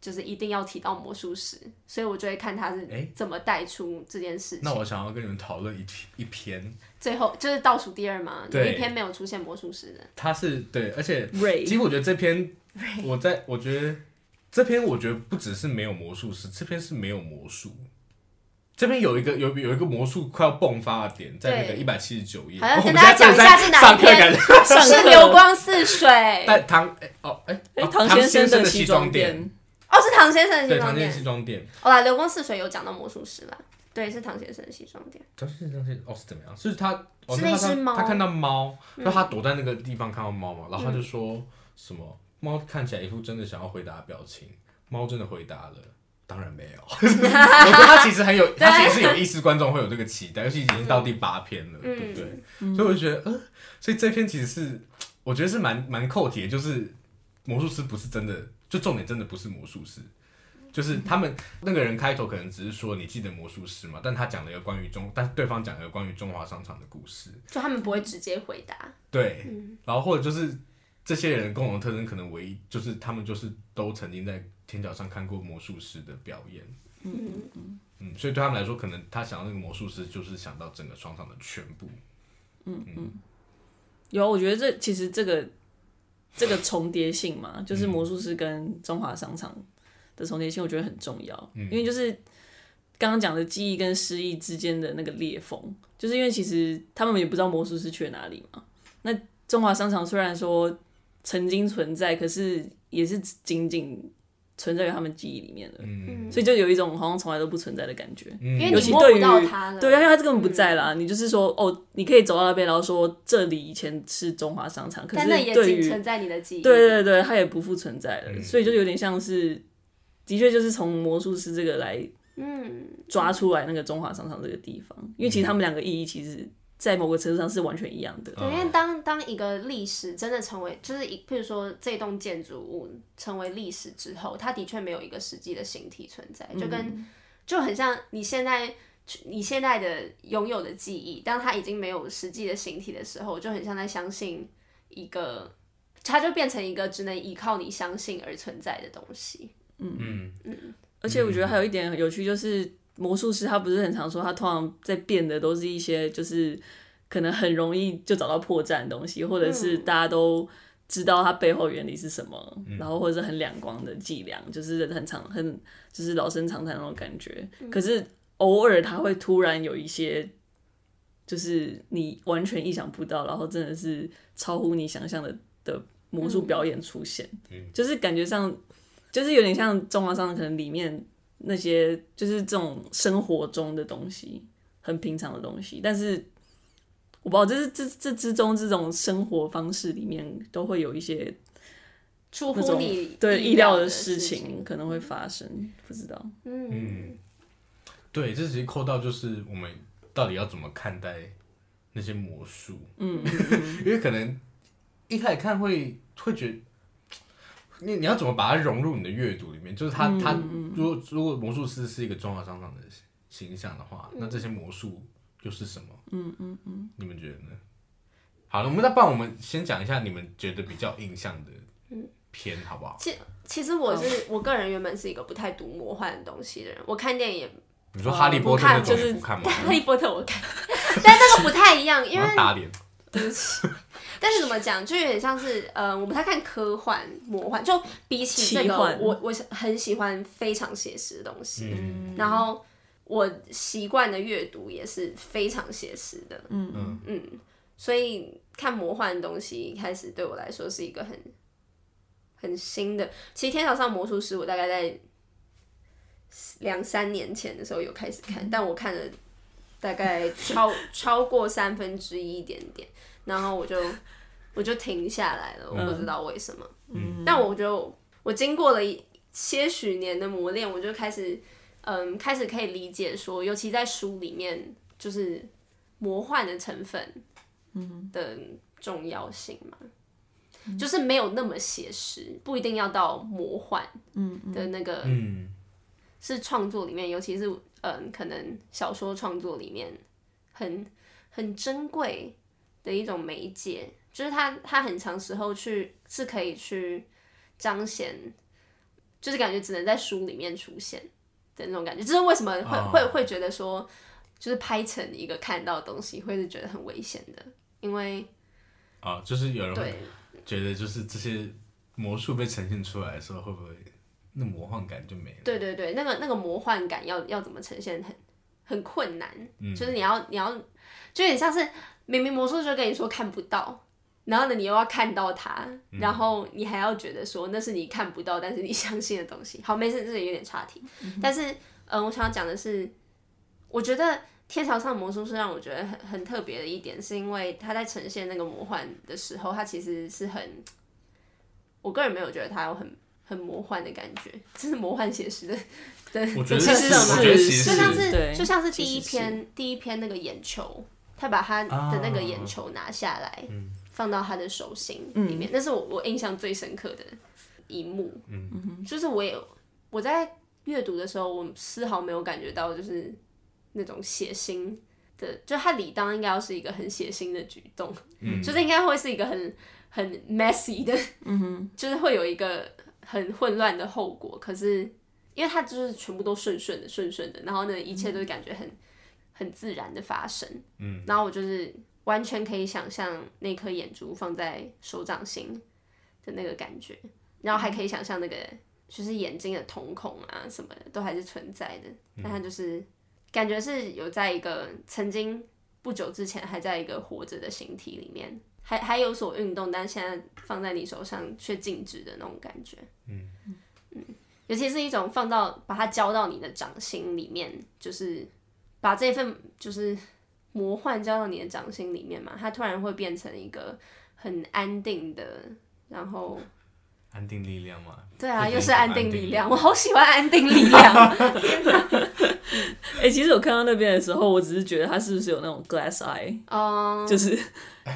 Speaker 1: 就是一定要提到魔术师，所以我就会看他是
Speaker 2: 诶
Speaker 1: 怎么带出这件事情。
Speaker 2: 那我想要跟你们讨论一篇一篇，
Speaker 1: 最后就是倒数第二嘛，有
Speaker 2: 对
Speaker 1: 一篇没有出现魔术师的，
Speaker 2: 它是对，而且
Speaker 3: Ray
Speaker 2: 其实我觉得这篇，我在我觉得这篇我觉得不只是没有魔术师，这篇是没有魔术。这边有一个有有一个魔术快要迸发的点，在那个
Speaker 1: 对
Speaker 2: 一百七十九页。哦
Speaker 1: 好像
Speaker 2: 我
Speaker 1: 跟
Speaker 2: 们
Speaker 1: 大家
Speaker 2: 现
Speaker 1: 讲
Speaker 2: 在
Speaker 1: 一下是哪
Speaker 2: 上
Speaker 1: 一
Speaker 2: 课感
Speaker 1: 篇
Speaker 2: 觉，
Speaker 1: <laughs>
Speaker 3: 上课
Speaker 1: 是流光似水，
Speaker 2: <laughs> 但唐哎哦哎
Speaker 3: 哎、
Speaker 2: 哦
Speaker 3: 唐
Speaker 2: 先
Speaker 3: 生
Speaker 2: 的
Speaker 3: 西
Speaker 2: 装
Speaker 3: 装，店，
Speaker 1: 哦，是唐先生的
Speaker 2: 对
Speaker 1: 西
Speaker 2: 唐
Speaker 1: 装
Speaker 2: 先
Speaker 1: 店
Speaker 2: 生。西装店，
Speaker 1: 哦啦，流光似水有讲到魔术师啦，对，是唐先生的西装店。
Speaker 2: 唐先生是哦是怎么样？是他哦
Speaker 1: 是
Speaker 2: 他
Speaker 1: 那只
Speaker 2: 他
Speaker 1: 猫嗯
Speaker 2: 他看到猫，那他躲在那个地方看到猫嘛，然后他就说什么猫看起来一副真的想要回答的表情，猫真的回答了。当然没有， <laughs> 我觉得他其实很
Speaker 1: <laughs>
Speaker 2: 有，他其实是有意识，观众会有这个期待，尤其已经到第八篇了，
Speaker 1: 嗯
Speaker 2: 对不对？所以我就觉得，呃，所以这篇其实是，我觉得是蛮蛮扣题的，就是魔术师不是真的，就重点真的不是魔术师，就是他们那个人开头可能只是说你记得魔术师嘛，但他讲了一个关于中，但是对方讲了一个关于中华商场的故事，
Speaker 1: 就他们不会直接回答，
Speaker 2: 对，
Speaker 3: 嗯
Speaker 2: 然后或者就是这些人共同特征可能唯一就是他们就是都曾经在天桥上看过魔术师的表演，嗯嗯，所以对他们来说，可能他想到那个魔术师就是想到整个商场的全部，
Speaker 3: 有啊，我觉得这其实这个这个重叠性嘛，就是魔术师跟中华商场的重叠性，我觉得很重要，因为就是刚刚讲的记忆跟失忆之间的那个裂缝，就是因为其实他们也不知道魔术师去了哪里嘛。那中华商场虽然说曾经存在，可是也是仅仅存在于他们记忆里面的，
Speaker 2: 嗯
Speaker 3: 所以就有一种好像从来都不存在的感觉。
Speaker 2: 嗯，
Speaker 1: 因为
Speaker 3: 尤
Speaker 1: 你
Speaker 3: 其
Speaker 1: 摸
Speaker 3: 对
Speaker 1: 不
Speaker 3: 于
Speaker 1: 到他了。
Speaker 3: 对，因为他这根本不在
Speaker 1: 嗯
Speaker 3: 啦。你就是说，哦，你可以走到那边，然后说这里以前是中华商场，可是
Speaker 1: 但那也
Speaker 3: 对
Speaker 1: 仅
Speaker 3: 于
Speaker 1: 存在你的记忆。
Speaker 3: 对对对，它也不复存在了，
Speaker 2: 嗯
Speaker 3: 所以就有点像是，的确就是从魔术师这个来
Speaker 1: 嗯，
Speaker 3: 抓出来那个中华商场这个地方，因为其实他们两个意义其实，在某个程度上是完全一样的。
Speaker 1: 对，因
Speaker 2: 啊
Speaker 1: 为当当一个历史真的成为，就是一，譬如说这栋建筑物成为历史之后，它的确没有一个实际的形体存在，就跟、
Speaker 3: 嗯
Speaker 1: 就很像你现在。你现在的拥有的记忆，当它已经没有实际的形体的时候，就很像在相信一个，它就变成一个只能依靠你相信而存在的东西。
Speaker 2: 嗯
Speaker 3: 而且我觉得还有一点很有趣，就是魔术师他不是很常说，他通常在变的都是一些就是可能很容易就找到破绽的东西，或者是大家都知道它背后原理是什么，然后或者是很两光的伎俩，就是很常很就是老生常谈那种感觉。可是偶尔他会突然有一些。就是你完全意想不到，然后真的是超乎你想象的的魔术表演出现，就是感觉上就是有点像中华商场可能里面那些就是这种生活中的东西，很平常的东西，但是我不知道，这是这这之中这种生活方式里面都会有一些
Speaker 1: 出
Speaker 3: 那
Speaker 1: 乎
Speaker 3: 种
Speaker 1: 你
Speaker 3: 对
Speaker 1: 意
Speaker 3: 意
Speaker 1: 料
Speaker 3: 料
Speaker 1: 的
Speaker 3: 事
Speaker 1: 情。
Speaker 3: 可能会发生，不知道。
Speaker 1: 嗯，
Speaker 2: 对，这直接扣到就是我们到底要怎么看待那些魔术，
Speaker 3: 嗯，
Speaker 2: <laughs> 因为可能一开始看会会觉得。你你要怎么把它融入你的阅读里面？就是
Speaker 3: 嗯
Speaker 2: 他、他如果如果魔术师是一个中华商场的形象的话，那这些魔术又是什么？嗯嗯嗯，你们觉得呢？好了，我们那不然我们先讲一下你们觉得比较印象的片好不好？
Speaker 1: 其其实我
Speaker 2: 嗯
Speaker 1: 是我个人原本是一个不太读魔幻的东西的人，我看电影也
Speaker 2: 你说哈利波特
Speaker 3: 呃不
Speaker 2: 那
Speaker 3: 看
Speaker 2: 种
Speaker 3: 就是
Speaker 2: 你不看
Speaker 3: <laughs>
Speaker 2: 吗？
Speaker 1: <laughs> 哈利波特我看，但那个不太一样，因为
Speaker 2: 然后打脸，
Speaker 1: 但是怎么讲，就有点像是呃，我们在看科幻、魔幻，就比起这
Speaker 3: 奇
Speaker 1: 个，
Speaker 3: 幻
Speaker 1: 我我是很喜欢非常写实的东西，
Speaker 2: 嗯
Speaker 1: 然后我习惯的阅读也是非常写实的，
Speaker 2: 嗯
Speaker 1: 所以看魔幻的东西开始对我来说是一个很很新的。其实《天桥上魔术师》我大概在两三年前的时候有开始看，但我看了大 <laughs> 概超超过三分之一一点点，然后我就我就停下来了，我不知道为什么。嗯，但我就我经过了一些许年的磨练，我就开始嗯开始可以理解说，尤其在书里面就是魔幻的成分。的重要性嘛，就是没有那么写实，不一定要到魔幻，嗯的那个
Speaker 2: 嗯，
Speaker 1: 是创作里面，尤其是呃嗯，可能小说创作里面很很珍贵的一种媒介，就是他他很长时候去是可以去彰显，就是感觉只能在书里面出现的那种感觉，这、就是为什么会、
Speaker 2: 哦
Speaker 1: 会会觉得说，就是拍成一个看到的东西会是觉得很危险的，因为
Speaker 2: 啊，就是有人
Speaker 1: 对
Speaker 2: 会觉得，就是这些魔术被呈现出来的时候，会不会那魔幻感就没了？
Speaker 1: 对对对，那个那个魔幻感要要怎么呈现很很困难，
Speaker 2: 嗯
Speaker 1: 就是你要你要就有点像是明明魔术就跟你说看不到，然后呢你又要看到它，然后你还要觉得说那是你看不到但是你相信的东西。好，没事，这里有点岔题，但是嗯、呃我想要讲的是，我觉得。天桥上的魔术是让我觉得很很特别的一点，是因为它在呈现那个魔幻的时候，它其实是很，我个人没有觉得它有很很魔幻的感觉，这是魔幻写实的的
Speaker 2: 我觉得
Speaker 1: 的
Speaker 2: 是
Speaker 1: 现象吗
Speaker 2: 我觉得其实
Speaker 1: 就像是
Speaker 3: 对
Speaker 1: 就像是第一
Speaker 3: 其实是
Speaker 1: 篇第一篇那个眼球，他把他的那个
Speaker 2: 啊
Speaker 1: 眼球拿下来，放到他的手心里面，那是我我印象最深刻的一幕。嗯，就是我也我在阅读的时候，我丝毫没有感觉到就是那种血腥的，就它理当应该要是一个很血腥的举动，嗯，就是应该会是一个很很 messy 的，嗯就是会有一个很混乱的后果。可是因为它就是全部都顺顺的、顺顺的，然后呢，一切都感觉很、很自然的发生，嗯，然后我就是完全可以想象那颗眼珠放在手掌心的那个感觉，然后还可以想象那个就是眼睛的瞳孔啊什么的都还是存在的，但它就是感觉是有在一个曾经不久之前还在一个活着的形体里面，还还有所运动，但现在放在你手上却静止的那种感觉。嗯尤其是一种放到把它交到你的掌心里面，就是把这份就是魔幻交到你的掌心里面嘛，它突然会变成一个很安定的，然后
Speaker 2: 安定力量嘛。
Speaker 1: 对啊，
Speaker 2: 变成
Speaker 1: 又是
Speaker 2: 一种
Speaker 1: 安
Speaker 2: 安
Speaker 1: 定
Speaker 2: 定
Speaker 1: 力
Speaker 2: 力
Speaker 1: 量，我好喜欢安定力量。
Speaker 3: 哎、其实我看到那边的时候，我只是觉得他是不是有那种 glass eye，、
Speaker 1: 嗯，
Speaker 3: 就是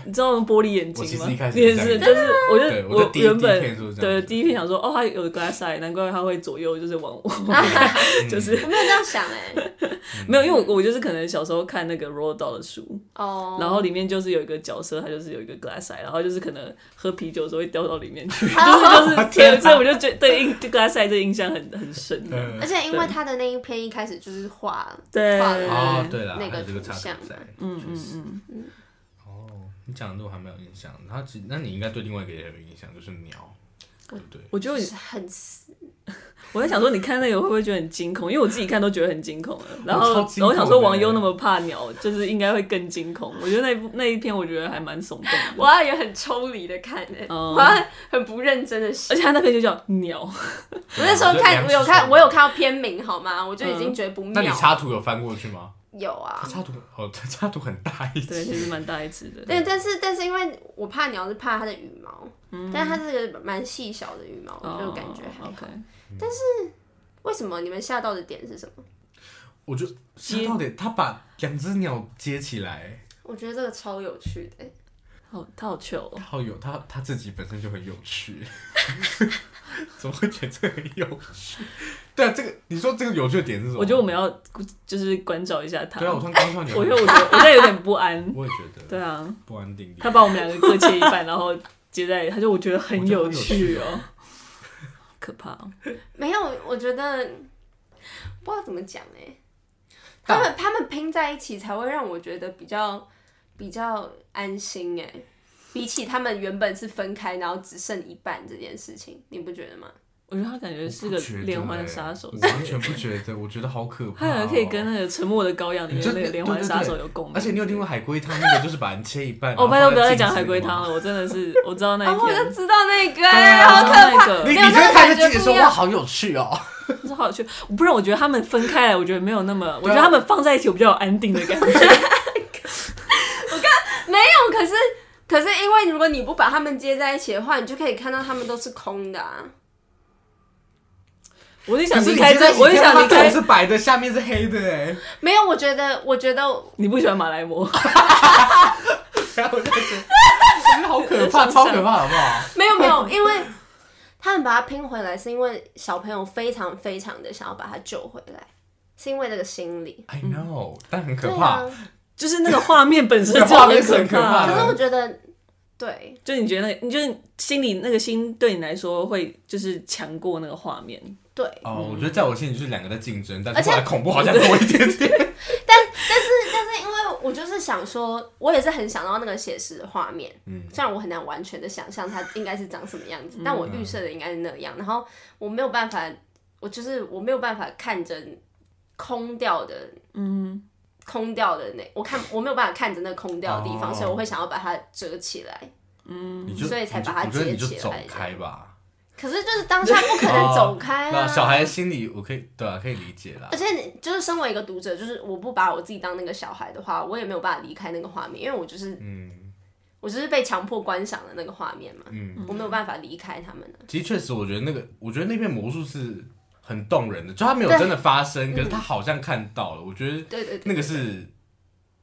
Speaker 3: 你知道那种玻璃眼
Speaker 2: 哎我其
Speaker 3: 睛
Speaker 2: 实
Speaker 3: 吗？
Speaker 2: 一开始
Speaker 3: 你也
Speaker 2: 也这样
Speaker 3: 是，
Speaker 2: 觉
Speaker 3: 就
Speaker 2: 得
Speaker 3: 是我
Speaker 2: 对
Speaker 3: 就
Speaker 2: 我在第一
Speaker 3: 原
Speaker 2: 第一天的时候
Speaker 3: 本
Speaker 2: 这样
Speaker 3: 对
Speaker 2: 觉得
Speaker 3: 第一篇想说，哦，他有 glass eye，难怪他会左右就是往我，
Speaker 2: 嗯
Speaker 3: <laughs> 就是
Speaker 1: 我没有这样想哎、
Speaker 3: 没有，因为我我就是可能小时候看那个 Roald Dahl 的书，
Speaker 1: 哦、
Speaker 3: 然后里面就是有一个角色，他就是有一个 glass eye，然后就是可能喝啤酒的时候会掉到里面去，就是
Speaker 2: 哦
Speaker 3: 就是，所以所以我就觉得对印对 glass eye 这印象很很深。
Speaker 2: 嗯
Speaker 1: 而且因为他的那一篇一开始就是画
Speaker 3: 对
Speaker 1: 画
Speaker 2: <laughs>
Speaker 1: 了
Speaker 2: 哦，对了，还
Speaker 1: 那个
Speaker 2: 有这个
Speaker 1: 图
Speaker 2: 插
Speaker 1: 像
Speaker 2: 曲在，
Speaker 3: 嗯
Speaker 2: 确
Speaker 3: 嗯
Speaker 2: 实
Speaker 3: 嗯，
Speaker 2: 哦，你讲的我还没有印象，他其那你应该对另外一个也有影响，就是鸟，对不对？
Speaker 3: 我就
Speaker 1: 就是很死
Speaker 3: 我在想说，你看那个会不会觉得很惊恐？因为我自己看都觉得很惊恐了。然后
Speaker 2: 我超惊恐的欸
Speaker 3: 然后我想说，王优那么怕鸟，就是应该会更惊恐。我觉得那一部那一篇，我觉得还蛮耸动的。
Speaker 1: 我要也很抽离的看哎、
Speaker 3: 哦
Speaker 1: 我要很不认真的写
Speaker 3: 而。且他那篇就叫鸟，
Speaker 1: 我那时
Speaker 2: 啊
Speaker 1: 候看，我有看，我有看到片名好吗？我就已经觉得不
Speaker 2: 那
Speaker 1: 妙
Speaker 2: 你
Speaker 1: 了。
Speaker 2: 插图有翻过去吗？
Speaker 1: 有啊
Speaker 2: 它，插图哦，它插图很大一
Speaker 3: 对，其
Speaker 2: 只，
Speaker 3: 实蛮大一只的。
Speaker 1: 但但是但是因为我怕鸟是怕它的羽毛，但它这个蛮细小的羽毛，我就感觉还好。
Speaker 3: 哦 OK，
Speaker 1: 为什么你们吓到的点是什么？
Speaker 2: 我就
Speaker 3: 接
Speaker 2: 到底他把两只鸟接起来，
Speaker 1: 我觉得这个超有趣的、欸
Speaker 3: 好，他好糗哦。
Speaker 2: 好有他他自己本身就很有趣， <laughs> 怎么会觉得这个很有趣？对啊，这个你说这个有趣的点是什么？
Speaker 3: 我觉得我们要就是关照一下他。
Speaker 2: 对啊，我突然刚刚你，
Speaker 3: 我觉得我觉得我现在有点不安。
Speaker 2: 我也觉得
Speaker 3: 对啊，
Speaker 2: 不安定力
Speaker 3: 他把我们两个各切一半，然后接在，他就我觉得很有趣
Speaker 2: 我觉得很有
Speaker 3: 哦
Speaker 2: 趣，
Speaker 3: 可怕哦。
Speaker 1: 没有，我觉得不知道怎么讲哎、他
Speaker 2: 但
Speaker 1: 们他们拼在一起才会让我觉得比较比较安心哎、比起他们原本是分开，然后只剩一半这件事情，你不觉得吗？
Speaker 3: 我觉得他感觉是个
Speaker 2: 我不觉得
Speaker 3: 连环杀手
Speaker 2: 欸我完全不觉得，我觉得好可怕、
Speaker 3: 他
Speaker 2: 哦。
Speaker 3: 好像可以跟那个《沉默的羔羊》里面那个连环杀手有共鸣。
Speaker 2: 而且你有听过海龟汤那个，就是把人切一半。
Speaker 3: <laughs> 哦，拜
Speaker 2: 然后
Speaker 3: 托
Speaker 2: 放在啊
Speaker 3: 不要再
Speaker 2: 镜子
Speaker 3: 讲海龟
Speaker 2: 里吗
Speaker 3: 汤了，我真的是我知道那
Speaker 1: 啊，
Speaker 3: 一
Speaker 1: 我就
Speaker 3: 篇，
Speaker 1: 知道那个
Speaker 3: 对
Speaker 1: 哎、
Speaker 3: 啊
Speaker 1: 好
Speaker 3: 我
Speaker 1: 可
Speaker 3: 知道
Speaker 1: 怕。
Speaker 3: 那个
Speaker 2: 你
Speaker 1: 没有
Speaker 2: 你就会
Speaker 1: 那个
Speaker 2: 看着
Speaker 1: 感觉
Speaker 2: 自己
Speaker 1: 不
Speaker 2: 说
Speaker 1: 一样
Speaker 2: 哇，好有趣哦。
Speaker 3: 就是好有趣。不然我觉得他们分开来，我觉得没有那么，
Speaker 2: 啊
Speaker 3: 我觉得他们放在一起，我比较有安定的
Speaker 2: <laughs>
Speaker 3: 感觉。
Speaker 1: 没有，可是可是因为如果你不把它们接在一起的话，你就可以看到它们都是空的啊。
Speaker 3: 我就
Speaker 2: 可
Speaker 3: 想
Speaker 2: 是
Speaker 3: 离
Speaker 2: 你
Speaker 3: 开
Speaker 2: 现在
Speaker 3: 这，我就
Speaker 2: 看到
Speaker 3: 想离
Speaker 2: 它头
Speaker 3: 开。
Speaker 2: 是白的，下面是黑的哎。
Speaker 1: 没有，我觉得我觉得
Speaker 3: 你不喜欢马来貘？
Speaker 2: <laughs> 然后我就
Speaker 3: <laughs>
Speaker 2: 觉得我觉得好可怕，超可怕，好不好？
Speaker 1: 没有没 <laughs> 有，因为他们把它拼回来，是因为小朋友非常非常的想要把它救回来，是因为这个心理。
Speaker 2: I know，但很可
Speaker 1: 嗯对
Speaker 2: 怕
Speaker 1: 啊。，
Speaker 3: 就是那个画面本
Speaker 2: <laughs>
Speaker 3: 身
Speaker 2: 对
Speaker 3: 就
Speaker 2: 画面
Speaker 3: 很
Speaker 2: 是很可怕
Speaker 1: 可
Speaker 2: 的
Speaker 1: 是我觉得，对，
Speaker 3: 就你觉得那个，你就是心里那个心对你来说会就是强过那个画面，
Speaker 1: 对，
Speaker 2: 哦，我觉得在我心里就是两个在竞争，但
Speaker 1: 而
Speaker 2: 是
Speaker 1: 且
Speaker 2: 后来恐怖好像多一点点。
Speaker 1: 但是因为我就是想说，我也是很想到那个写实的画面，嗯，虽然我很难完全的想象它应该是长什么样子，但我
Speaker 2: 嗯
Speaker 1: 预设的应该是那样，然后我没有办法，我就是我没有办法看着空掉的，嗯，空掉的那，我看我没有办法看着那空掉的地方，
Speaker 2: 哦
Speaker 1: 所以我会想要把它折起来。
Speaker 2: 你就
Speaker 1: 嗯所以才把它
Speaker 2: 我觉得你就
Speaker 1: 接起来
Speaker 2: 走开吧。
Speaker 1: 可是就是当下不可能走开
Speaker 2: 哦那
Speaker 1: 啊！
Speaker 2: 小孩的心理，我可以对啊，可以理解啦
Speaker 1: 而。且你就是身为一个读者，就是我不把我自己当那个小孩的话，我也没有办法离开那个画面，因为我就是
Speaker 2: 嗯
Speaker 1: 我就是被强迫观赏的那个画面嘛，
Speaker 2: 嗯，
Speaker 1: 我没有办法离开他们的。
Speaker 2: 其实确实，我觉得那个，我觉得那片魔术是很动人的，就它没有
Speaker 1: 对
Speaker 2: 真的发生，可是他好像看到了。我觉得
Speaker 1: 对对对，
Speaker 2: 那个是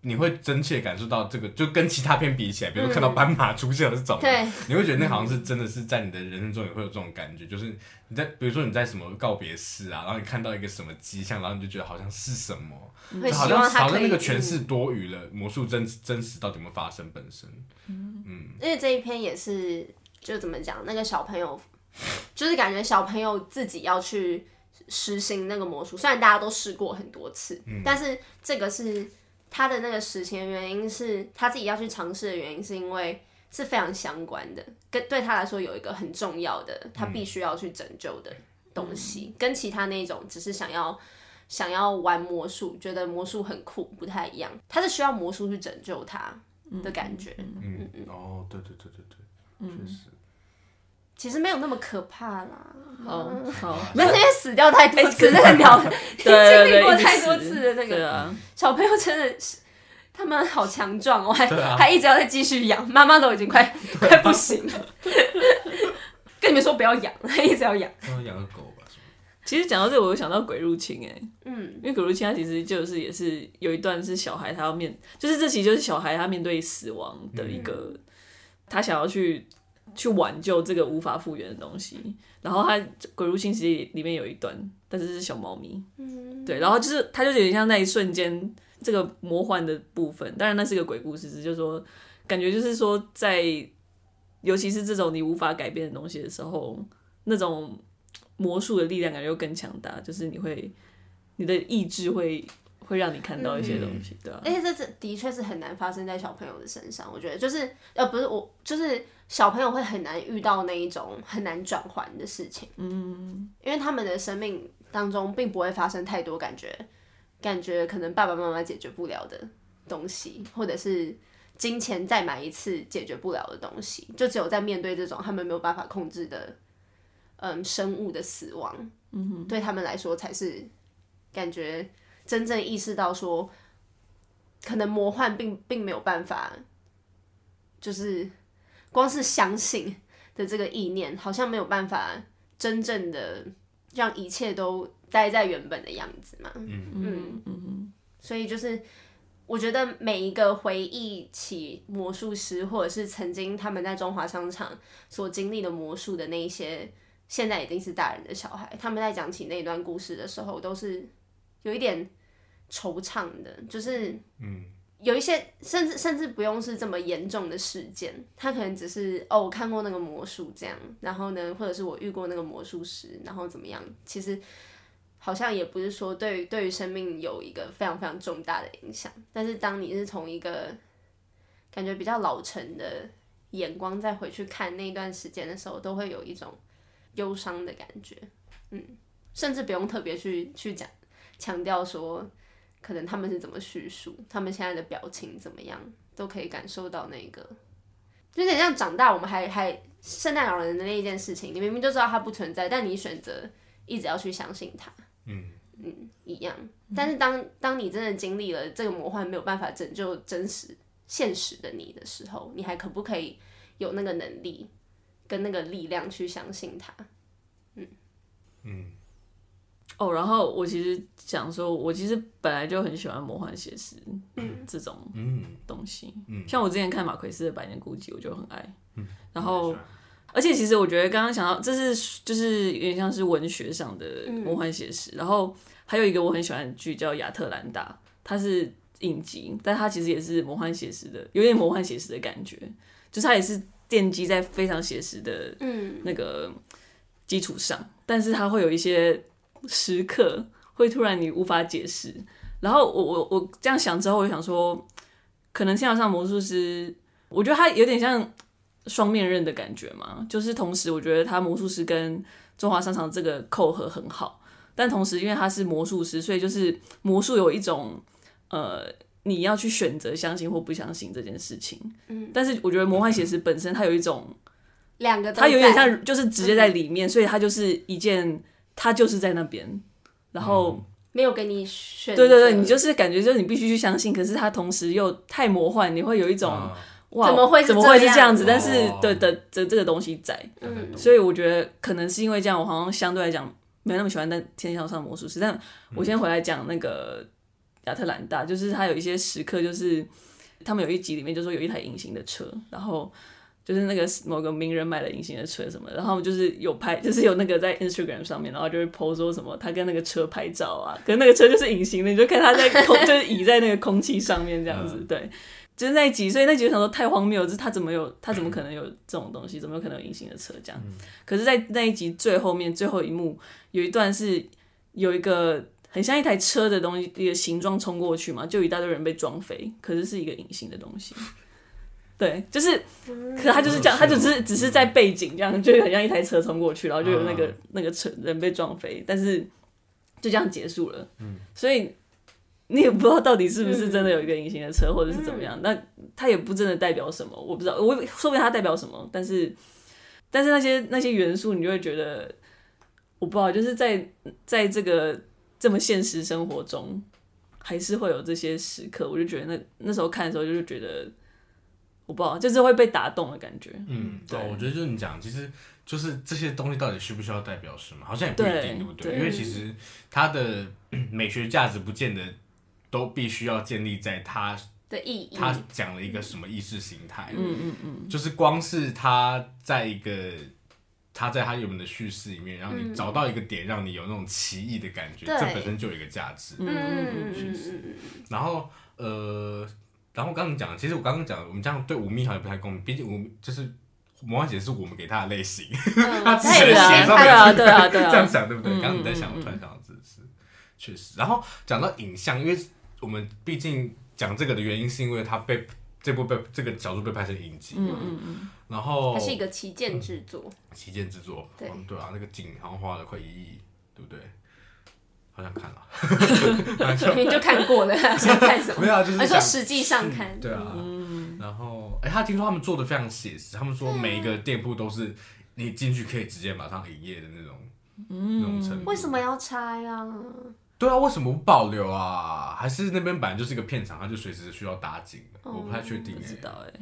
Speaker 2: 你会真切感受到这个，就跟其他片比起来，比
Speaker 1: 嗯
Speaker 2: 如说看到斑马出现了这种，
Speaker 1: 对，
Speaker 2: 你会觉得那好像是真的是在你的人生中也会有这种感觉，就是你在比如说你在什么告别式啊，然后你看到一个什么迹象，然后你就觉得好像是什么，
Speaker 1: 会
Speaker 2: 好
Speaker 1: 希
Speaker 2: 像
Speaker 1: 望
Speaker 2: 好
Speaker 1: 他
Speaker 2: 像
Speaker 1: 可
Speaker 2: 那
Speaker 1: 以
Speaker 2: 个诠释多余了，魔术真真实到底有没有发生本身？
Speaker 1: 嗯因为这一篇也是就怎么讲，那个小朋友就是感觉小朋友自己要去实行那个魔术，虽然大家都试过很多次，但是这个是他的那个实行的原因是他自己要去尝试的原因，是因为是非常相关的，跟对他来说有一个很重要的，他必须要去拯救的东西，跟其他那种只是想要。想要玩魔术，觉得魔术很酷，不太一样。他是需要魔术去拯救他的感觉。
Speaker 2: 嗯，哦，对对对对对，确实。
Speaker 1: 其实没有那么可怕啦，啊
Speaker 3: 好好，
Speaker 1: <laughs> 没有因为死掉太多次，那个鸟
Speaker 3: 对对
Speaker 1: <laughs> 经历
Speaker 3: 对，
Speaker 1: 过
Speaker 3: 一直
Speaker 1: 太多
Speaker 3: 死
Speaker 1: 次的那
Speaker 3: 对
Speaker 1: 个
Speaker 3: 啊，
Speaker 1: 小朋友真的是，他们好强壮哦，还
Speaker 2: 对啊
Speaker 1: 还一直要再继续养，妈妈都已经快快不行了， <laughs> 跟你们说不要养，还一直要养，
Speaker 2: 那我养个狗吧。是吗
Speaker 3: 其实讲到这，我又想到鬼入侵哎、
Speaker 1: 嗯，
Speaker 3: 因为鬼入侵它其实就是也是有一段是小孩他要面，就是这其实就是小孩他面对死亡的一个，他想要去去挽救这个无法复原的东西。然后他鬼入侵其实里面有一段，但是是小猫咪，对，然后就是它就有点像那一瞬间这个魔幻的部分，当然那是一个鬼故事，只是就是说感觉就是说在尤其是这种你无法改变的东西的时候，那种魔术的力量感觉又更强大，就是你会你的意志会会让你看到一些东西，对啊，
Speaker 1: 而且这这的确是很难发生在小朋友的身上，我觉得就是呃不是我就是小朋友会很难遇到那一种很难转换的事情，嗯，因为他们的生命当中并不会发生太多感觉，感觉可能爸爸妈妈解决不了的东西，或者是金钱再买一次解决不了的东西，就只有在面对这种他们没有办法控制的，嗯，生物的死亡，嗯，对他们来说才是感觉真正意识到说。可能魔幻并并没有办法，就是光是相信的这个意念，好像没有办法真正的让一切都待在原本的样子嘛。嗯嗯嗯，所以就是我觉得每一个回忆起魔术师，或者是曾经他们在中华商场所经历的魔术的那一些。现在已经是大人的小孩，他们在讲起那段故事的时候，都是有一点惆怅的，就是有一些甚至甚至不用是这么严重的事件，他可能只是哦，我看过那个魔术这样，然后呢，或者是我遇过那个魔术师，然后怎么样？其实好像也不是说对于对于生命有一个非常非常重大的影响，但是当你是从一个感觉比较老成的眼光再回去看那段时间的时候，都会有一种忧伤的感觉，嗯，甚至不用特别去去讲强调说可能他们是怎么叙述，他们现在的表情怎么样，都可以感受到那个，就有点像长大，我们还还圣诞老人的那一件事情，你明明就知道它不存在，但你选择一直要去相信它，嗯嗯，一样。但是当当你真的经历了这个魔幻没有办法拯救真实现实的你的时候，你还可不可以有那个能力跟那个力量去相信它？
Speaker 2: 嗯
Speaker 3: 哦，然后我其实想说，我其实本来就很喜欢魔幻写实这种
Speaker 2: 嗯
Speaker 3: 东西，像我之前看马奎斯的《百年孤寂》，我就很爱，然后。而且其实我觉得刚刚想到，这是就是有点像是文学上的魔幻写实。然后还有一个我很喜欢的剧叫《亚特兰大》，它是影集，但它其实也是魔幻写实的，有点魔幻写实的感觉，就是它也是奠基在非常写实的
Speaker 1: 嗯，
Speaker 3: 那个基础上，但是它会有一些时刻会突然你无法解释。然后我我我这样想之后，我就想说，可能《天堂上魔术师》，我觉得它有点像双面刃的感觉嘛，就是同时我觉得它魔术师跟中华商场这个扣合很好，但同时因为他是魔术师，所以就是魔术有一种呃。你要去选择相信或不相信这件事情，嗯，但是我觉得魔幻写实本身它有一种呃
Speaker 1: 两个都
Speaker 3: 它有点
Speaker 1: 在
Speaker 3: 像，就是直接在里面，所以它就是一件，它就是在那边。然后，
Speaker 1: 没有给你选择，
Speaker 3: 对对对，你就是感觉就是你必须去相信，可是它同时又太魔幻，你会有一种、
Speaker 2: 啊
Speaker 3: 哇，
Speaker 1: 怎么会是
Speaker 3: 怎么会
Speaker 1: 这
Speaker 3: 是
Speaker 1: 样
Speaker 3: 这样子？但是
Speaker 2: 哦
Speaker 3: 对的的这个东西在，
Speaker 1: 嗯
Speaker 3: 所以我觉得可能是因为这样，我好像相对来讲没那么喜欢但天桥上的魔术师。但我先回来讲那个亚特兰大，就是它有一些时刻，就是他们有一集里面就说有一台隐形的车，然后。就是那个某个名人买了隐形的车什么的，然后他们就是有拍，就是有那个在 Instagram 上面，然后就会 po 说什么他跟那个车拍照啊，可是那个车就是隐形的，你就看他在空，就是倚在那个空气上面这样子，对。就是那一集，所以那集我想说太荒谬了，就是他怎么有他怎么可能有这种东西，怎么有可能有隐形的车这样？可是，在那一集最后面最后一幕有一段是有一个很像一台车的东西，一个形状冲过去嘛，就有一大堆人被撞飞，可是是一个隐形的东西。 <laughs> 对，就是，可是他就是这样，他就只是只是在背景这样，就很像一台车冲过去，然后就有那个、
Speaker 2: 嗯
Speaker 3: 那个车人被撞飞，但是就这样结束了。嗯，所以你也不知道到底是不是真的有一个隐形的车，或者是怎么
Speaker 2: 嗯
Speaker 3: 样。那它也不真的代表什么，我不知道，我说不定它代表什么，但是但是那些那些元素，你就会觉得我不知道，就是在在这个这么现实生活中，还是会有这些时刻，我就觉得那那时候看的时候，就是觉得我不知道，就是会被打动的感觉。
Speaker 2: 嗯，对
Speaker 3: 对，
Speaker 2: 我觉得就是你讲，其实就是这些东西到底需不需要代表什么，好像也不一定，
Speaker 3: 对
Speaker 2: 对不对？
Speaker 3: 对
Speaker 2: 因为其实它的嗯美学价值不见得都必须要建立在它
Speaker 1: 的意义，
Speaker 2: 它讲了一个什么意识形态，
Speaker 3: 嗯嗯嗯，
Speaker 2: 就是光是它在一个。它在它原本的叙事里面，然后你找到一个点，让你有那种奇异的感觉，
Speaker 1: 对
Speaker 2: 这本身就有一个价值。
Speaker 1: 嗯嗯嗯
Speaker 2: 确
Speaker 1: 嗯
Speaker 2: 实
Speaker 1: 嗯嗯，
Speaker 2: 然后呃，然后我刚刚讲，其实我刚刚讲，我们这样对吴宓好像也不太公平，毕竟吴就是魔幻姐是我们给她的类
Speaker 3: <laughs>
Speaker 2: 型，
Speaker 1: 嗯
Speaker 2: 他之
Speaker 1: 他
Speaker 2: 前
Speaker 1: 也
Speaker 2: 的
Speaker 1: 是
Speaker 2: 写
Speaker 1: 先
Speaker 2: 上
Speaker 1: 拍
Speaker 3: 对
Speaker 1: 的
Speaker 3: 啊
Speaker 2: 面
Speaker 3: 对啊对啊
Speaker 2: 这样想对不对？
Speaker 3: 嗯
Speaker 2: 刚刚你在想，
Speaker 3: 嗯
Speaker 2: 我突然想到这是确实。然后讲到影像，因为我们毕竟讲这个的原因，是因为它被这部被这个小说被拍成影集，
Speaker 3: 嗯嗯嗯，
Speaker 2: 然后
Speaker 1: 它是一个旗舰制作，
Speaker 2: 旗舰制作，
Speaker 1: 对
Speaker 2: 嗯对啊，那个景好像花了快一亿，对不对？好像看啊
Speaker 3: <laughs>
Speaker 2: 了，开玩笑
Speaker 1: 你就看过了，想看什么
Speaker 2: 没？有啊，
Speaker 3: 哦
Speaker 2: 就是
Speaker 1: 还说
Speaker 2: 讲
Speaker 1: 实际上看，
Speaker 2: 对啊，
Speaker 3: 嗯
Speaker 2: 然后哎、他听说他们做的非常写实，他们说每一个店铺都是你进去可以直接马上营业的那种。
Speaker 3: 嗯
Speaker 2: 那种程度
Speaker 1: 为什么要拆啊？
Speaker 2: 对啊，为什么不保留啊？还是那边本来就是一个片场，它就随时需要打紧的，我不太确定
Speaker 3: 不哦知
Speaker 2: 欸
Speaker 3: 道哎、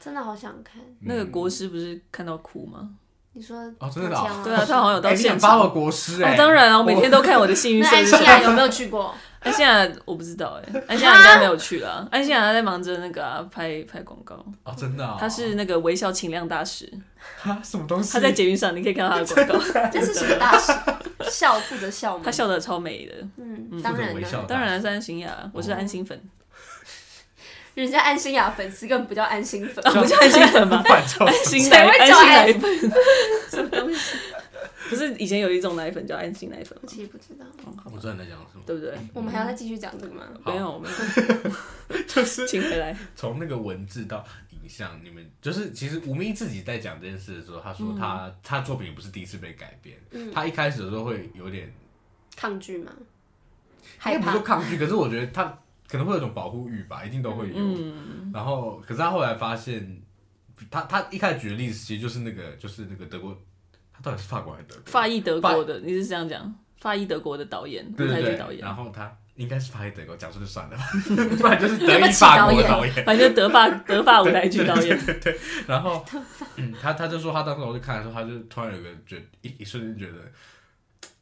Speaker 1: 真的好想看。
Speaker 3: 那个国师不是看到哭吗？
Speaker 1: 你说
Speaker 2: 哦，真的啊、
Speaker 1: 大家
Speaker 3: 对啊，他好像有
Speaker 2: 哎
Speaker 3: 到
Speaker 2: 你
Speaker 3: 现
Speaker 2: 很发
Speaker 3: 场。
Speaker 2: 了国师哎、
Speaker 3: 哦，当然啊，我每天都看我的幸运
Speaker 1: <laughs> 那
Speaker 3: 生
Speaker 1: 安
Speaker 3: 日
Speaker 1: 心。啊雅有没有去过？
Speaker 3: 安心雅我不知道哎，安心雅应该没有去了。安心雅她在忙着那个啊拍拍广告，
Speaker 2: 哦，真的、啊，
Speaker 3: 她是那个微笑请亮大使，
Speaker 2: 他 <laughs> 什么东西？
Speaker 3: 她在捷运上你可以看到她的广告，
Speaker 1: 这是什么大事？笑负责笑吗？
Speaker 3: 她笑得超美的。
Speaker 1: 嗯，当然
Speaker 2: 微笑的
Speaker 1: 了，
Speaker 3: 当然是安心雅，啊我是安心粉，
Speaker 1: 人家安心雅粉丝根本不叫安心粉，
Speaker 3: 啊不是安心粉吗？
Speaker 2: 反叫
Speaker 3: <laughs> 安心奶，
Speaker 1: 谁会
Speaker 3: 安
Speaker 1: 叫
Speaker 3: 心
Speaker 1: 安
Speaker 3: 奶粉，
Speaker 1: 什么东西？
Speaker 3: 不是以前有一种奶粉叫安心奶粉
Speaker 1: 我
Speaker 3: 吗？
Speaker 1: 其实不知道。
Speaker 2: 我知道你在讲什么，
Speaker 3: 对不对？
Speaker 1: 我们还要再继续讲这个吗？
Speaker 2: 好
Speaker 3: 没有，没有，
Speaker 2: 就是
Speaker 3: 请回来。
Speaker 2: 从那个文字到影像，你们就是其实吴宓自己在讲这件事的时候，他说他、
Speaker 1: 嗯
Speaker 2: 他作品也不是第一次被改编，他一开始的时候会有点
Speaker 1: 抗拒吗？害
Speaker 2: 也不
Speaker 1: 怕
Speaker 2: 是说？抗拒，可是我觉得他可能会有一种保护欲吧，一定都会有。
Speaker 1: 嗯
Speaker 3: 嗯
Speaker 2: 然后，可是他后来发现，他他一开始举的例子其实就是那个就是那个德国，他到底是法国还是德国？
Speaker 3: 法裔德国的，你是这样讲？法裔德国的导演，舞
Speaker 2: 对
Speaker 3: 台
Speaker 2: 对
Speaker 3: 剧
Speaker 2: 对，
Speaker 3: 导演，
Speaker 2: 然后他应该是法裔德国，讲出就算了
Speaker 1: <laughs>
Speaker 2: 吧，不然就是德
Speaker 1: 对不
Speaker 2: 裔
Speaker 1: 起
Speaker 2: 法国
Speaker 1: 导演
Speaker 2: 的导演。
Speaker 3: 反正就德法德法舞台剧导演。
Speaker 2: 然后，嗯，他他就说他当时我就看的时候，他就突然有个觉一一瞬间觉得，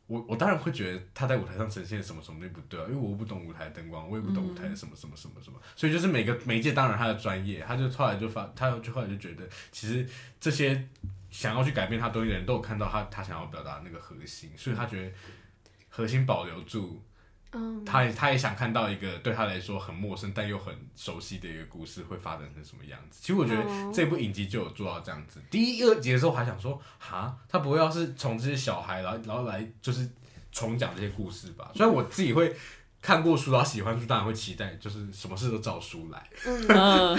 Speaker 2: 我我当然会觉得他在舞台上呈现什么什么东西不对啊，因为我不懂舞台灯光，我也不懂舞台的什么什么什么什么，所以就是每个媒介当然他的专业，他就后来就发，他就后来就觉得其实这些想要去改变他东西的人都有看到他他想要表达的那个核心，所以他觉得核心保留住。
Speaker 1: 嗯，
Speaker 2: 他也他也想看到一个对他来说很陌生但又很熟悉的一个故事会发展成什么样子。其实我觉得
Speaker 1: 哦
Speaker 2: 这部影集就有做到这样子。第一、二集的时候还想说，哈，他不会要是从这些小孩，然后然后来就是重讲这些故事吧？虽然我自己会看过书，然后喜欢书，当然会期待就是什么事都照书来。
Speaker 3: 嗯，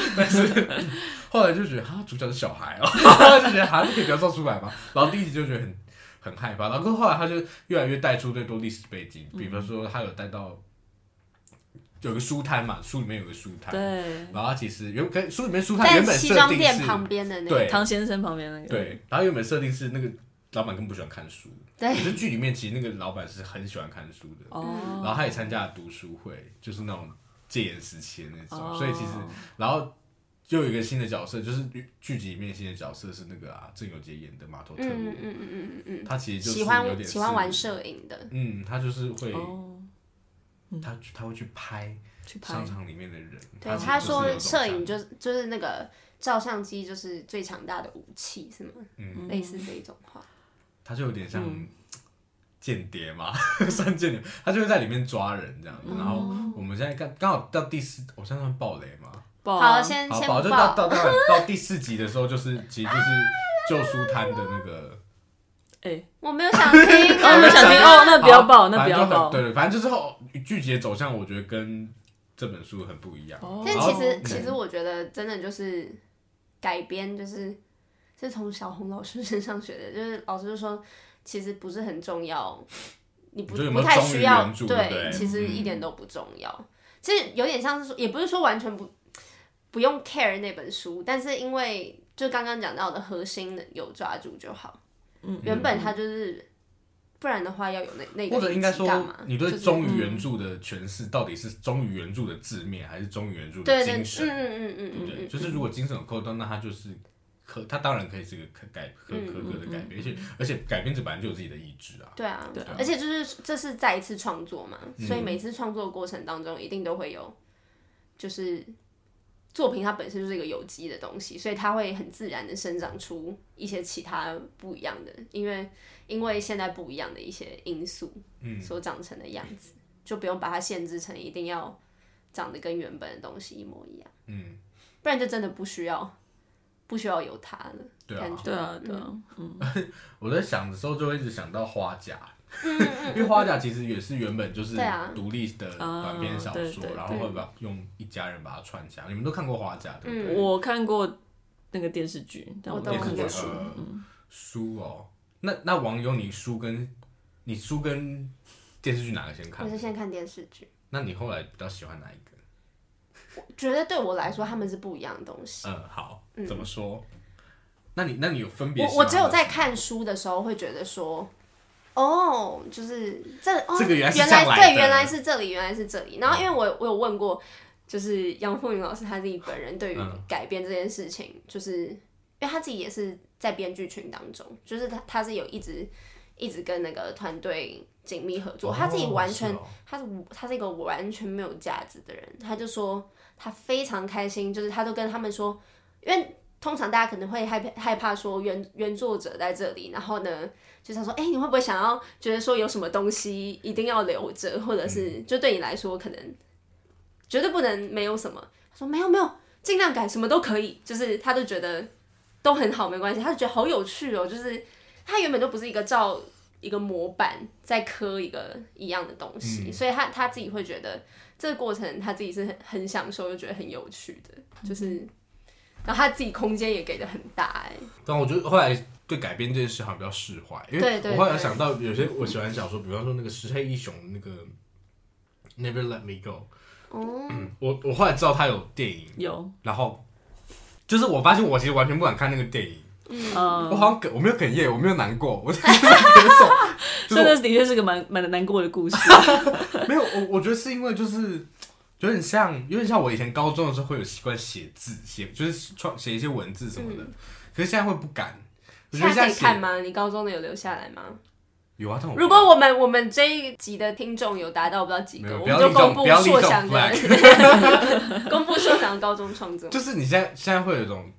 Speaker 2: 后来就觉得哈，主角是小孩哦， <laughs> 就觉得哈，这可以不要照出来嘛。然后第一集就觉得很很害怕，然后后来他就越来越带出更多历史背景，
Speaker 1: 嗯
Speaker 2: 比方说他有带到有个书摊嘛，书里面有个书摊，
Speaker 3: 对，
Speaker 2: 然后他其实原跟书里面书摊
Speaker 1: 在
Speaker 2: 原本
Speaker 1: 西
Speaker 2: 设
Speaker 1: 装
Speaker 2: 定
Speaker 1: 店
Speaker 2: 是
Speaker 1: 旁边的那个，
Speaker 2: 对
Speaker 3: 汤先生旁边那个，，
Speaker 2: 对，然后原本设定是那个老板根本不喜欢看书，
Speaker 1: 对
Speaker 2: 可是剧里面其实那个老板是很喜欢看书的，然
Speaker 3: 哦，
Speaker 2: 后他也参加了读书会，就是那种戒严时期的那种，
Speaker 3: 哦
Speaker 2: 所以其实然后又有一个新的角色，就是剧剧集里面新的角色是那个啊郑有杰演的码头特务，
Speaker 1: 嗯嗯嗯嗯嗯嗯
Speaker 2: 他其实
Speaker 1: 嗯，
Speaker 2: 就是
Speaker 1: 喜
Speaker 2: 有点
Speaker 1: 欢
Speaker 2: 是
Speaker 1: 喜欢玩，摄影的，
Speaker 2: 嗯，他就是会、
Speaker 3: 哦，
Speaker 2: 他他会去拍
Speaker 3: 去拍
Speaker 2: 商，场里面的人，
Speaker 1: 对，
Speaker 2: 其实
Speaker 1: 他
Speaker 2: 就是有
Speaker 1: 说
Speaker 2: 种
Speaker 1: 摄
Speaker 2: 想
Speaker 1: 影就是就是那个照相机就是最强大的武器，是吗？
Speaker 2: 嗯
Speaker 1: 类似这一种话。
Speaker 2: 他就有点像
Speaker 1: 嗯
Speaker 2: 间谍嘛， <laughs> 算间谍，他就会在里面抓人这样
Speaker 1: 哦
Speaker 2: 子。然后我们现在刚刚好到第四，我现在算暴雷嘛，
Speaker 3: 爆啊
Speaker 1: 好，先
Speaker 2: 哦好
Speaker 1: 先
Speaker 2: 暴就到到到到第四集的时候，就是其实就是旧书摊的那个，
Speaker 3: 哎，
Speaker 1: 我没有想听，
Speaker 3: 哦， <laughs>
Speaker 1: 我
Speaker 3: 我们
Speaker 2: <laughs>
Speaker 3: 想听哦，那不要爆，
Speaker 2: 好
Speaker 3: 那
Speaker 2: 反
Speaker 3: 不
Speaker 2: 正
Speaker 3: 要
Speaker 2: 就很
Speaker 3: 爆，
Speaker 2: 对对，反正就是后剧集的走向，我觉得跟这本书很不一样。
Speaker 3: 哦
Speaker 1: 但
Speaker 2: 然
Speaker 1: 其
Speaker 2: 后
Speaker 1: 实
Speaker 2: 嗯
Speaker 1: 其实我觉得真的就是改编，就是是从小红老师 <laughs> 身上学的，就是老师就说其实不是很重要，你
Speaker 2: 你觉
Speaker 1: 不
Speaker 2: 得有没
Speaker 1: 不
Speaker 2: 有
Speaker 1: 太
Speaker 2: 忠于
Speaker 1: 需要
Speaker 2: 原著对不
Speaker 1: 对，
Speaker 2: 对嗯
Speaker 1: 其实一点都不重要。其实有点像是说，也不是说完全不不用 care 那本书，但是因为就刚刚讲到的核心的有抓住就好。
Speaker 3: 嗯
Speaker 1: 原本它就是，不然的话要有那那个
Speaker 2: 或者应该
Speaker 1: 一起干嘛
Speaker 2: 说，你对
Speaker 1: 就是嗯
Speaker 2: 忠于原著的诠释，到底是忠于原著的字面，还是忠于原著
Speaker 1: 对
Speaker 2: 的
Speaker 1: 对
Speaker 2: 精
Speaker 1: 嗯
Speaker 2: 神？
Speaker 1: 嗯嗯
Speaker 2: 对
Speaker 1: 嗯
Speaker 2: 不对？
Speaker 1: 嗯
Speaker 2: 就是如果精神有扣动，那它就是可，它当然可以是个可改可
Speaker 1: 嗯
Speaker 2: 可可的改编，而且而且改编者本来就有自己的意志啊。
Speaker 1: 对啊，
Speaker 3: 对啊
Speaker 1: 而且就是这是再一次创作嘛，所以每次创作的过程当中，一定都会有，就是作品它本身就是一个有机的东西，所以它会很自然的生长出一些其他不一样的，因为因为现在不一样的一些因素，
Speaker 2: 嗯，
Speaker 1: 所长成的样子，就不用把它限制成一定要长得跟原本的东西一模一样，
Speaker 2: 嗯，
Speaker 1: 不然就真的不需要不需要有它了，
Speaker 2: 对啊
Speaker 1: 感。觉
Speaker 3: 对啊，对啊，嗯，
Speaker 2: 我在想的时候就会一直想到花甲， <laughs> 因为花甲其实也是原本就是
Speaker 1: 嗯对啊
Speaker 2: 独立的短篇小
Speaker 3: 啊对
Speaker 2: 说
Speaker 3: 对，
Speaker 2: 然后会把用一家人把它串起来。你们都看过花甲对不对？
Speaker 3: 我看过那个电视剧，但
Speaker 1: 我
Speaker 3: 我
Speaker 1: 嗯都
Speaker 3: 没
Speaker 2: 电视
Speaker 1: 看
Speaker 3: 看
Speaker 2: 剧
Speaker 1: 过
Speaker 3: 过书，
Speaker 2: 呃书哦，那那网友你书跟你书跟电视剧哪个先看
Speaker 1: 我？是先看电视剧。
Speaker 2: 那你后来比较喜欢哪一个？
Speaker 1: 觉得对我来说，他们是不一样的东西。
Speaker 2: 嗯，好，怎么说？那你那你有分别喜欢
Speaker 1: 我我
Speaker 2: 哪
Speaker 1: 只
Speaker 2: 些？
Speaker 1: 有在看书的时候会觉得说，哦，就是这哦，
Speaker 2: 这个原来
Speaker 1: 原
Speaker 2: 是这样来的
Speaker 1: 对，原来是这里，原来是这里。然后因为我我有问过，就是杨凤云老师他自己本人对于
Speaker 2: 嗯
Speaker 1: 改编这件事情，就是因为他自己也是在编剧群当中，就是他他是有一直一直跟那个团队紧密合作，
Speaker 2: 哦
Speaker 1: 他自己完全
Speaker 2: 是哦
Speaker 1: 他是他是一个完全没有价值的人，他就说他非常开心，就是他都跟他们说，因为通常大家可能会害怕害怕说原原作者在这里，然后呢，就是他说，哎、你会不会想要觉得说有什么东西一定要留着，或者是就对你来说可能绝对不能没有什么，他说没有没有，尽量改什么都可以，就是他就觉得都很好，没关系，他就觉得好有趣哦，就是他原本就不是一个照一个模板在刻一个一样的东西，
Speaker 2: 嗯
Speaker 1: 所以他他自己会觉得这个过程他自己是很很享受，又觉得很有趣的，就是，然后他自己空间也给的很大、哎，
Speaker 2: 但我觉得后来对改编这件事好像比较释怀，因
Speaker 1: 对
Speaker 2: 为
Speaker 1: 对
Speaker 2: 我后来
Speaker 1: 对
Speaker 2: 想到有些我喜欢小说，比方说那个石黑一雄那个 Never Let Me Go，
Speaker 1: 哦，
Speaker 2: 嗯我我后来知道他有电影，
Speaker 3: 有，
Speaker 2: 然后就是我发现我其实完全不敢看那个电影，
Speaker 3: 呃
Speaker 1: 嗯
Speaker 2: 我，好像哽我没有哽咽，我没有难过，我就是接
Speaker 3: 真的的确是个蛮蛮难过的故事，
Speaker 2: 受， <laughs> 没有我我觉得是因为就是。有点像，有点像我以前高中的时候会有习惯写字，写就是创写一些文字什么的，可是现在会不敢。我觉得
Speaker 1: 嗯现在可以
Speaker 2: 写
Speaker 1: 看吗？你高中的有留下来吗？
Speaker 2: 有啊，但我
Speaker 1: 如果我们我们这一集的听众有达到不知道几
Speaker 2: 没
Speaker 1: 个，
Speaker 2: 有
Speaker 1: 我
Speaker 2: 不要
Speaker 1: 们就
Speaker 2: 立这种
Speaker 1: 公布
Speaker 2: 不要立这
Speaker 1: 硕
Speaker 2: 种
Speaker 1: 想的 <laughs> 公布硕想的高中创作，
Speaker 2: 就是你现在现在会有一种，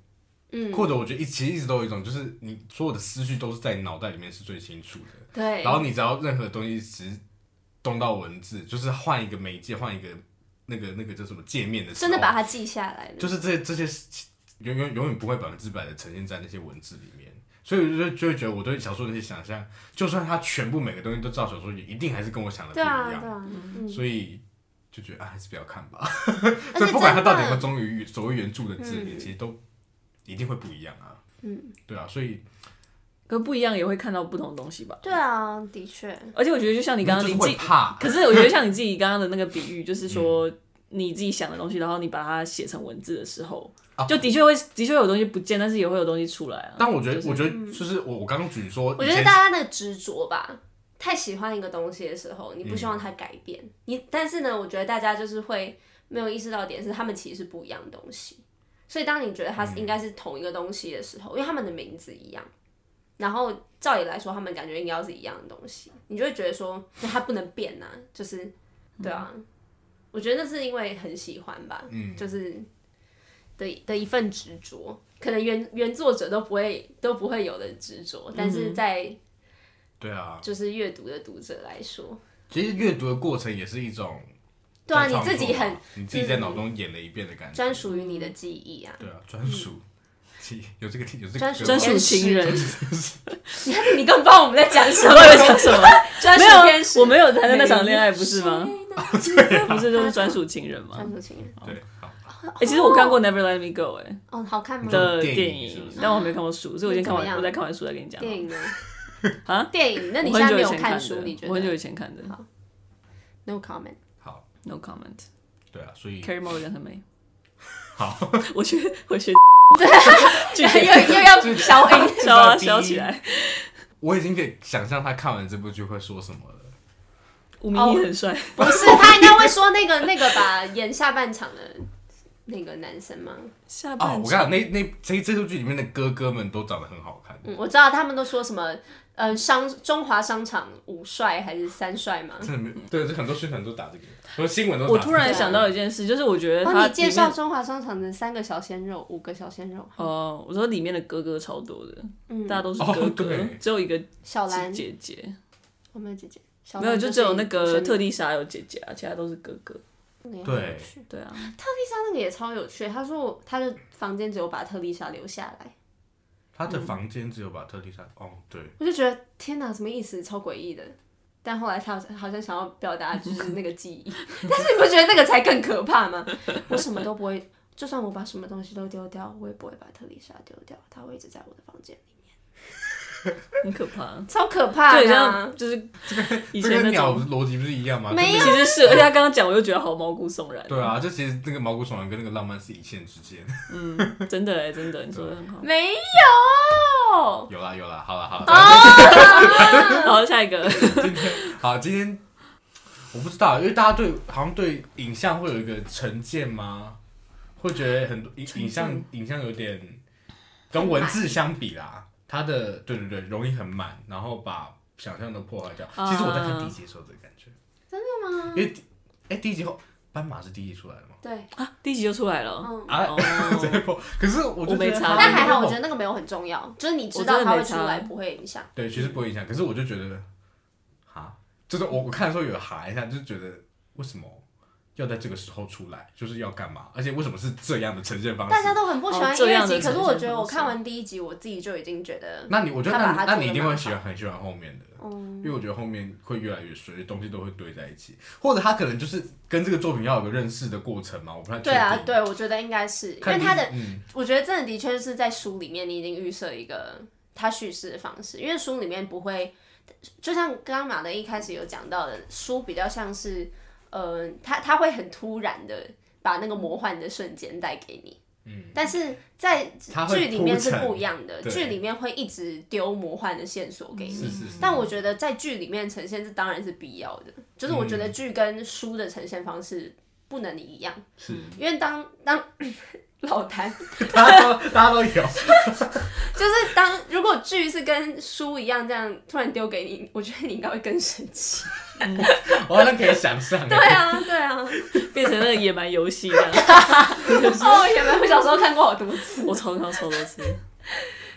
Speaker 1: 嗯，
Speaker 2: 或者我觉得一其实一直都有一种，就是你所有的思绪都是在你脑袋里面是最清楚的，
Speaker 1: 对，
Speaker 2: 然后你只要任何东西只动到文字，就是换一个媒介，换一个那个那个叫什么界面的时候，
Speaker 1: 真的把它记下来的。
Speaker 2: 就是这这些永永永远不会百分之百的呈现在那些文字里面，所以我就就会觉得我对小说的那些想象，就算它全部每个东西都照小说，也一定还是跟我想的不
Speaker 1: 对
Speaker 2: 一
Speaker 1: 啊，对
Speaker 2: 样，
Speaker 1: 啊，嗯，
Speaker 2: 所以就觉得啊还是不要看吧。
Speaker 1: 而
Speaker 2: 所
Speaker 1: 且
Speaker 2: 以不管它
Speaker 1: 真
Speaker 2: 到底有没
Speaker 1: 的
Speaker 2: 有忠于所谓原著的字里，
Speaker 1: 嗯
Speaker 2: 其实都一定会不一样啊。
Speaker 1: 嗯，
Speaker 2: 对啊，所以
Speaker 3: 可不一样也会看到不同的东西吧。
Speaker 1: 对啊，的确，
Speaker 3: 而且我觉得就像你刚
Speaker 2: 嗯
Speaker 3: 刚嗯
Speaker 2: 就是
Speaker 3: 你自
Speaker 2: 会
Speaker 3: 己，
Speaker 2: 怕，
Speaker 3: 可是我觉得像你自己刚刚的那个比喻，就是说你自己想的东西，然后你把它写成文字的时候，就的确会的确有东西不见，但是也会有东西出来啊。
Speaker 2: 但我觉得
Speaker 3: 就，是
Speaker 2: 我觉得就是我我刚刚举说，
Speaker 1: 嗯我觉得大家的执着吧，太喜欢一个东西的时候，你不希望它改变。你但是呢，我觉得大家就是会没有意识到的点是，他们其实是不一样的东西。所以当你觉得它是应该是同一个东西的时候，因为他们的名字一样，然后照理来说，他们感觉应该要是一样的东西，你就会觉得说，那它不能变呐、啊就是对啊。我觉得那是因为很喜欢吧，
Speaker 2: 嗯
Speaker 1: 就是的的一份执着，可能原原作者都不会都不会有的执着，但
Speaker 3: 嗯
Speaker 1: 是在
Speaker 2: 对啊，
Speaker 1: 就是阅读的读者来说，
Speaker 2: 其实阅读的过程也是一种
Speaker 1: 对啊，
Speaker 2: 在
Speaker 1: 你
Speaker 2: 创作
Speaker 1: 自
Speaker 2: 嘛
Speaker 1: 己很嗯
Speaker 2: 你自己在脑中演了一遍的感觉，
Speaker 1: 专属于你的记忆啊， <laughs>
Speaker 2: 对啊，专属， <laughs> 其有这个有这个啊
Speaker 1: 专属
Speaker 3: 专属
Speaker 1: 天使
Speaker 3: 情人，
Speaker 1: 你看你更不知道我们在讲
Speaker 3: <laughs>
Speaker 1: 什么
Speaker 3: 我，以为讲什么？
Speaker 1: 专
Speaker 3: 没
Speaker 1: 属天使，
Speaker 3: 有，我没有谈的那场恋爱不是吗？
Speaker 2: <laughs> 哦啊
Speaker 1: <laughs> 对
Speaker 3: 不是就是专属情人吗？
Speaker 1: 专属情人
Speaker 2: 对，好，
Speaker 3: 哎、其实我看过《Never Let Me Go、哎
Speaker 1: 哦，好看吗？
Speaker 3: 的
Speaker 2: 电影
Speaker 3: 电
Speaker 2: 是不
Speaker 3: 影
Speaker 2: 是，
Speaker 3: 但我没看过书，所以我先看
Speaker 1: 怎么
Speaker 3: 完，
Speaker 1: 样
Speaker 3: 我再看完书再跟你讲。
Speaker 1: 电影呢？
Speaker 3: <laughs> 啊，
Speaker 1: 电影？那你
Speaker 3: 我
Speaker 1: 现在
Speaker 3: 很久
Speaker 1: 没
Speaker 3: 以
Speaker 1: 有
Speaker 3: 前看的
Speaker 1: 书，你觉
Speaker 3: 我很久
Speaker 1: 得
Speaker 3: 以前看的
Speaker 1: ？No
Speaker 3: <laughs>
Speaker 1: comment。 <laughs>
Speaker 2: 好，
Speaker 3: ，No comment。
Speaker 2: 对啊，所以
Speaker 3: Carrie Morgan 很美，
Speaker 2: 好，
Speaker 3: 我学我学
Speaker 1: 又
Speaker 3: 拒绝
Speaker 1: 又要消音，
Speaker 3: <laughs> 消啊
Speaker 2: 第一
Speaker 3: 消起来。
Speaker 2: 我已经可以想象他看完这部剧会说什么了。
Speaker 3: 吴明义很帅，
Speaker 1: 不是他应该会说那个那 <laughs> 个吧，演下半场的那个男生吗？
Speaker 3: 下
Speaker 2: 哦，
Speaker 1: 嗯
Speaker 3: 半
Speaker 2: 我跟你
Speaker 3: 场
Speaker 2: 讲，那那这这部剧里面的哥哥们都长得很好看，
Speaker 1: 嗯，我知道他们都说什么，呃，商中华商场五帅还是三帅嘛？
Speaker 2: 真的没有 <laughs> 对，这很多宣传都打这个，很多新闻都打
Speaker 3: 我
Speaker 2: 这
Speaker 3: 突
Speaker 2: 个
Speaker 3: 然想到一件事，就是我觉得
Speaker 1: 哦，
Speaker 3: 他
Speaker 1: 你介
Speaker 3: 里面
Speaker 1: 绍中华商场的三个小鲜肉，五个小鲜肉，
Speaker 3: 哦，我说里面的哥哥超多的，
Speaker 1: 嗯
Speaker 3: 大家都是
Speaker 2: 哦
Speaker 3: 哥哥
Speaker 2: 对，
Speaker 3: 只有一个
Speaker 1: 小兰
Speaker 3: 是，姐姐，
Speaker 1: 我没有姐姐，小兰
Speaker 3: 没有就只有那个特
Speaker 1: 丽
Speaker 3: 地傻有姐姐啊，其他都是哥哥。
Speaker 2: 对
Speaker 3: 对啊，
Speaker 1: 莎那个也超有趣，他说我他的房间只有把特丽莎留下来，
Speaker 2: 他的房间只有把特丽莎，哦，对，
Speaker 1: 我就觉得天哪，什么意思？超诡异的。但后来他好像好像想要表达就是那个记 <laughs> 忆，但是你不觉得那个才更可怕吗？我什么都不会，就算我把什么东西都丢掉，我也不会把特丽莎丢掉，她会一直在我的房间里，
Speaker 3: 很可怕。
Speaker 1: 超可怕
Speaker 3: 就很
Speaker 1: 的啊、
Speaker 2: <laughs>
Speaker 3: 像就是以
Speaker 2: 这
Speaker 3: 前
Speaker 2: 跟
Speaker 3: 那
Speaker 2: 鸟
Speaker 3: 种，
Speaker 2: 逻辑不是一样吗？
Speaker 1: 没有
Speaker 2: <laughs>
Speaker 3: 其实是，而且他刚刚讲，我就觉得好毛骨悚然。
Speaker 2: 对啊，这其实那个毛骨悚然跟那个浪漫是一线之间。
Speaker 3: 嗯，真的哎、真的，你说的很好。
Speaker 1: 没有， <laughs> 啊
Speaker 2: 有啦有啦，好啦好
Speaker 3: 啊
Speaker 2: 啦，啊
Speaker 3: 好，下一个， <laughs>
Speaker 2: 好，今天我不知道，因为大家对好像对影像会有一个成见吗？会觉得很多影影像影像有点跟文字相比啦，它的对对对容易很满，然后把想象都破坏掉。
Speaker 3: 啊
Speaker 2: 其实我在看第一集的时候这个感觉，
Speaker 1: 真的吗？
Speaker 2: 因为第哎第一集后斑马是第一集出来的吗？
Speaker 1: 对，
Speaker 3: 啊第一集就出来了。
Speaker 1: 嗯。
Speaker 2: <laughs> 啊，
Speaker 3: 哦
Speaker 2: 直接破。可是我就
Speaker 3: 我没
Speaker 2: 觉得它
Speaker 3: 查
Speaker 1: 但还好，我觉
Speaker 2: 哦
Speaker 1: 得那个没有很重要，就是你知
Speaker 3: 我
Speaker 1: 道
Speaker 3: 真的
Speaker 1: 它会
Speaker 3: 没
Speaker 1: 出
Speaker 3: 差
Speaker 1: 来，不会影响。
Speaker 2: 对，其实不会影响。可是我就觉得，哈，就是我我看的时候有哈一下，就觉得为什么要在这个时候出来，就是要干嘛？而且为什么是这样的呈现方式？
Speaker 1: 大家都很不喜欢
Speaker 3: 哦
Speaker 1: 音
Speaker 3: 这
Speaker 1: 乐
Speaker 3: 样的
Speaker 1: 集，可是
Speaker 3: 呈现
Speaker 1: 我觉得我
Speaker 3: 方式
Speaker 1: 看完第一集，我自己就已经觉得，
Speaker 2: 那你我觉得
Speaker 1: 他把
Speaker 2: 那
Speaker 1: 它
Speaker 2: 你那
Speaker 1: 做
Speaker 2: 你一
Speaker 1: 得
Speaker 2: 定会
Speaker 1: 蛮哦
Speaker 2: 喜欢很喜欢后面的，因为我觉得后面会越来越水，东西都会堆在一起，或者他可能就是跟这个作品要有个认识的过程嘛，我不太确
Speaker 1: 对啊，
Speaker 2: 定。
Speaker 1: 对，我觉得应该是，因
Speaker 2: 看
Speaker 1: 为
Speaker 2: 第
Speaker 1: 它的，
Speaker 2: 嗯
Speaker 1: 我觉得真的的确是在书里面，你已经预设一个它叙事的方式，因为书里面不会，就像刚刚马德一开始有讲到的，书比较像是，呃，它它会很突然的把那个魔幻的瞬间带给你。嗯，但是在
Speaker 2: 它会
Speaker 1: 剧里面是
Speaker 2: 铺陈
Speaker 1: 不一样的，
Speaker 2: 对
Speaker 1: 剧里面会一直丢魔幻的线索给你，
Speaker 2: 是是是
Speaker 1: 但我觉得在剧里面呈现这当然是必要的，就是我觉得剧跟书的呈现方式不能一样，
Speaker 2: 是， <laughs>
Speaker 1: 因为当当 <coughs> 老谭
Speaker 2: 大家都大家都有，
Speaker 1: 就是当如果剧是跟书一样这样突然丢给你，我觉得你应该会更生
Speaker 2: <laughs>
Speaker 1: 气。
Speaker 2: 我好像可以想象欸
Speaker 1: 对啊，对啊，
Speaker 3: 变成那个野蛮游戏这样。 <laughs>
Speaker 1: 哦，也没有，我小时候看过好多次。
Speaker 3: 我重看超多次，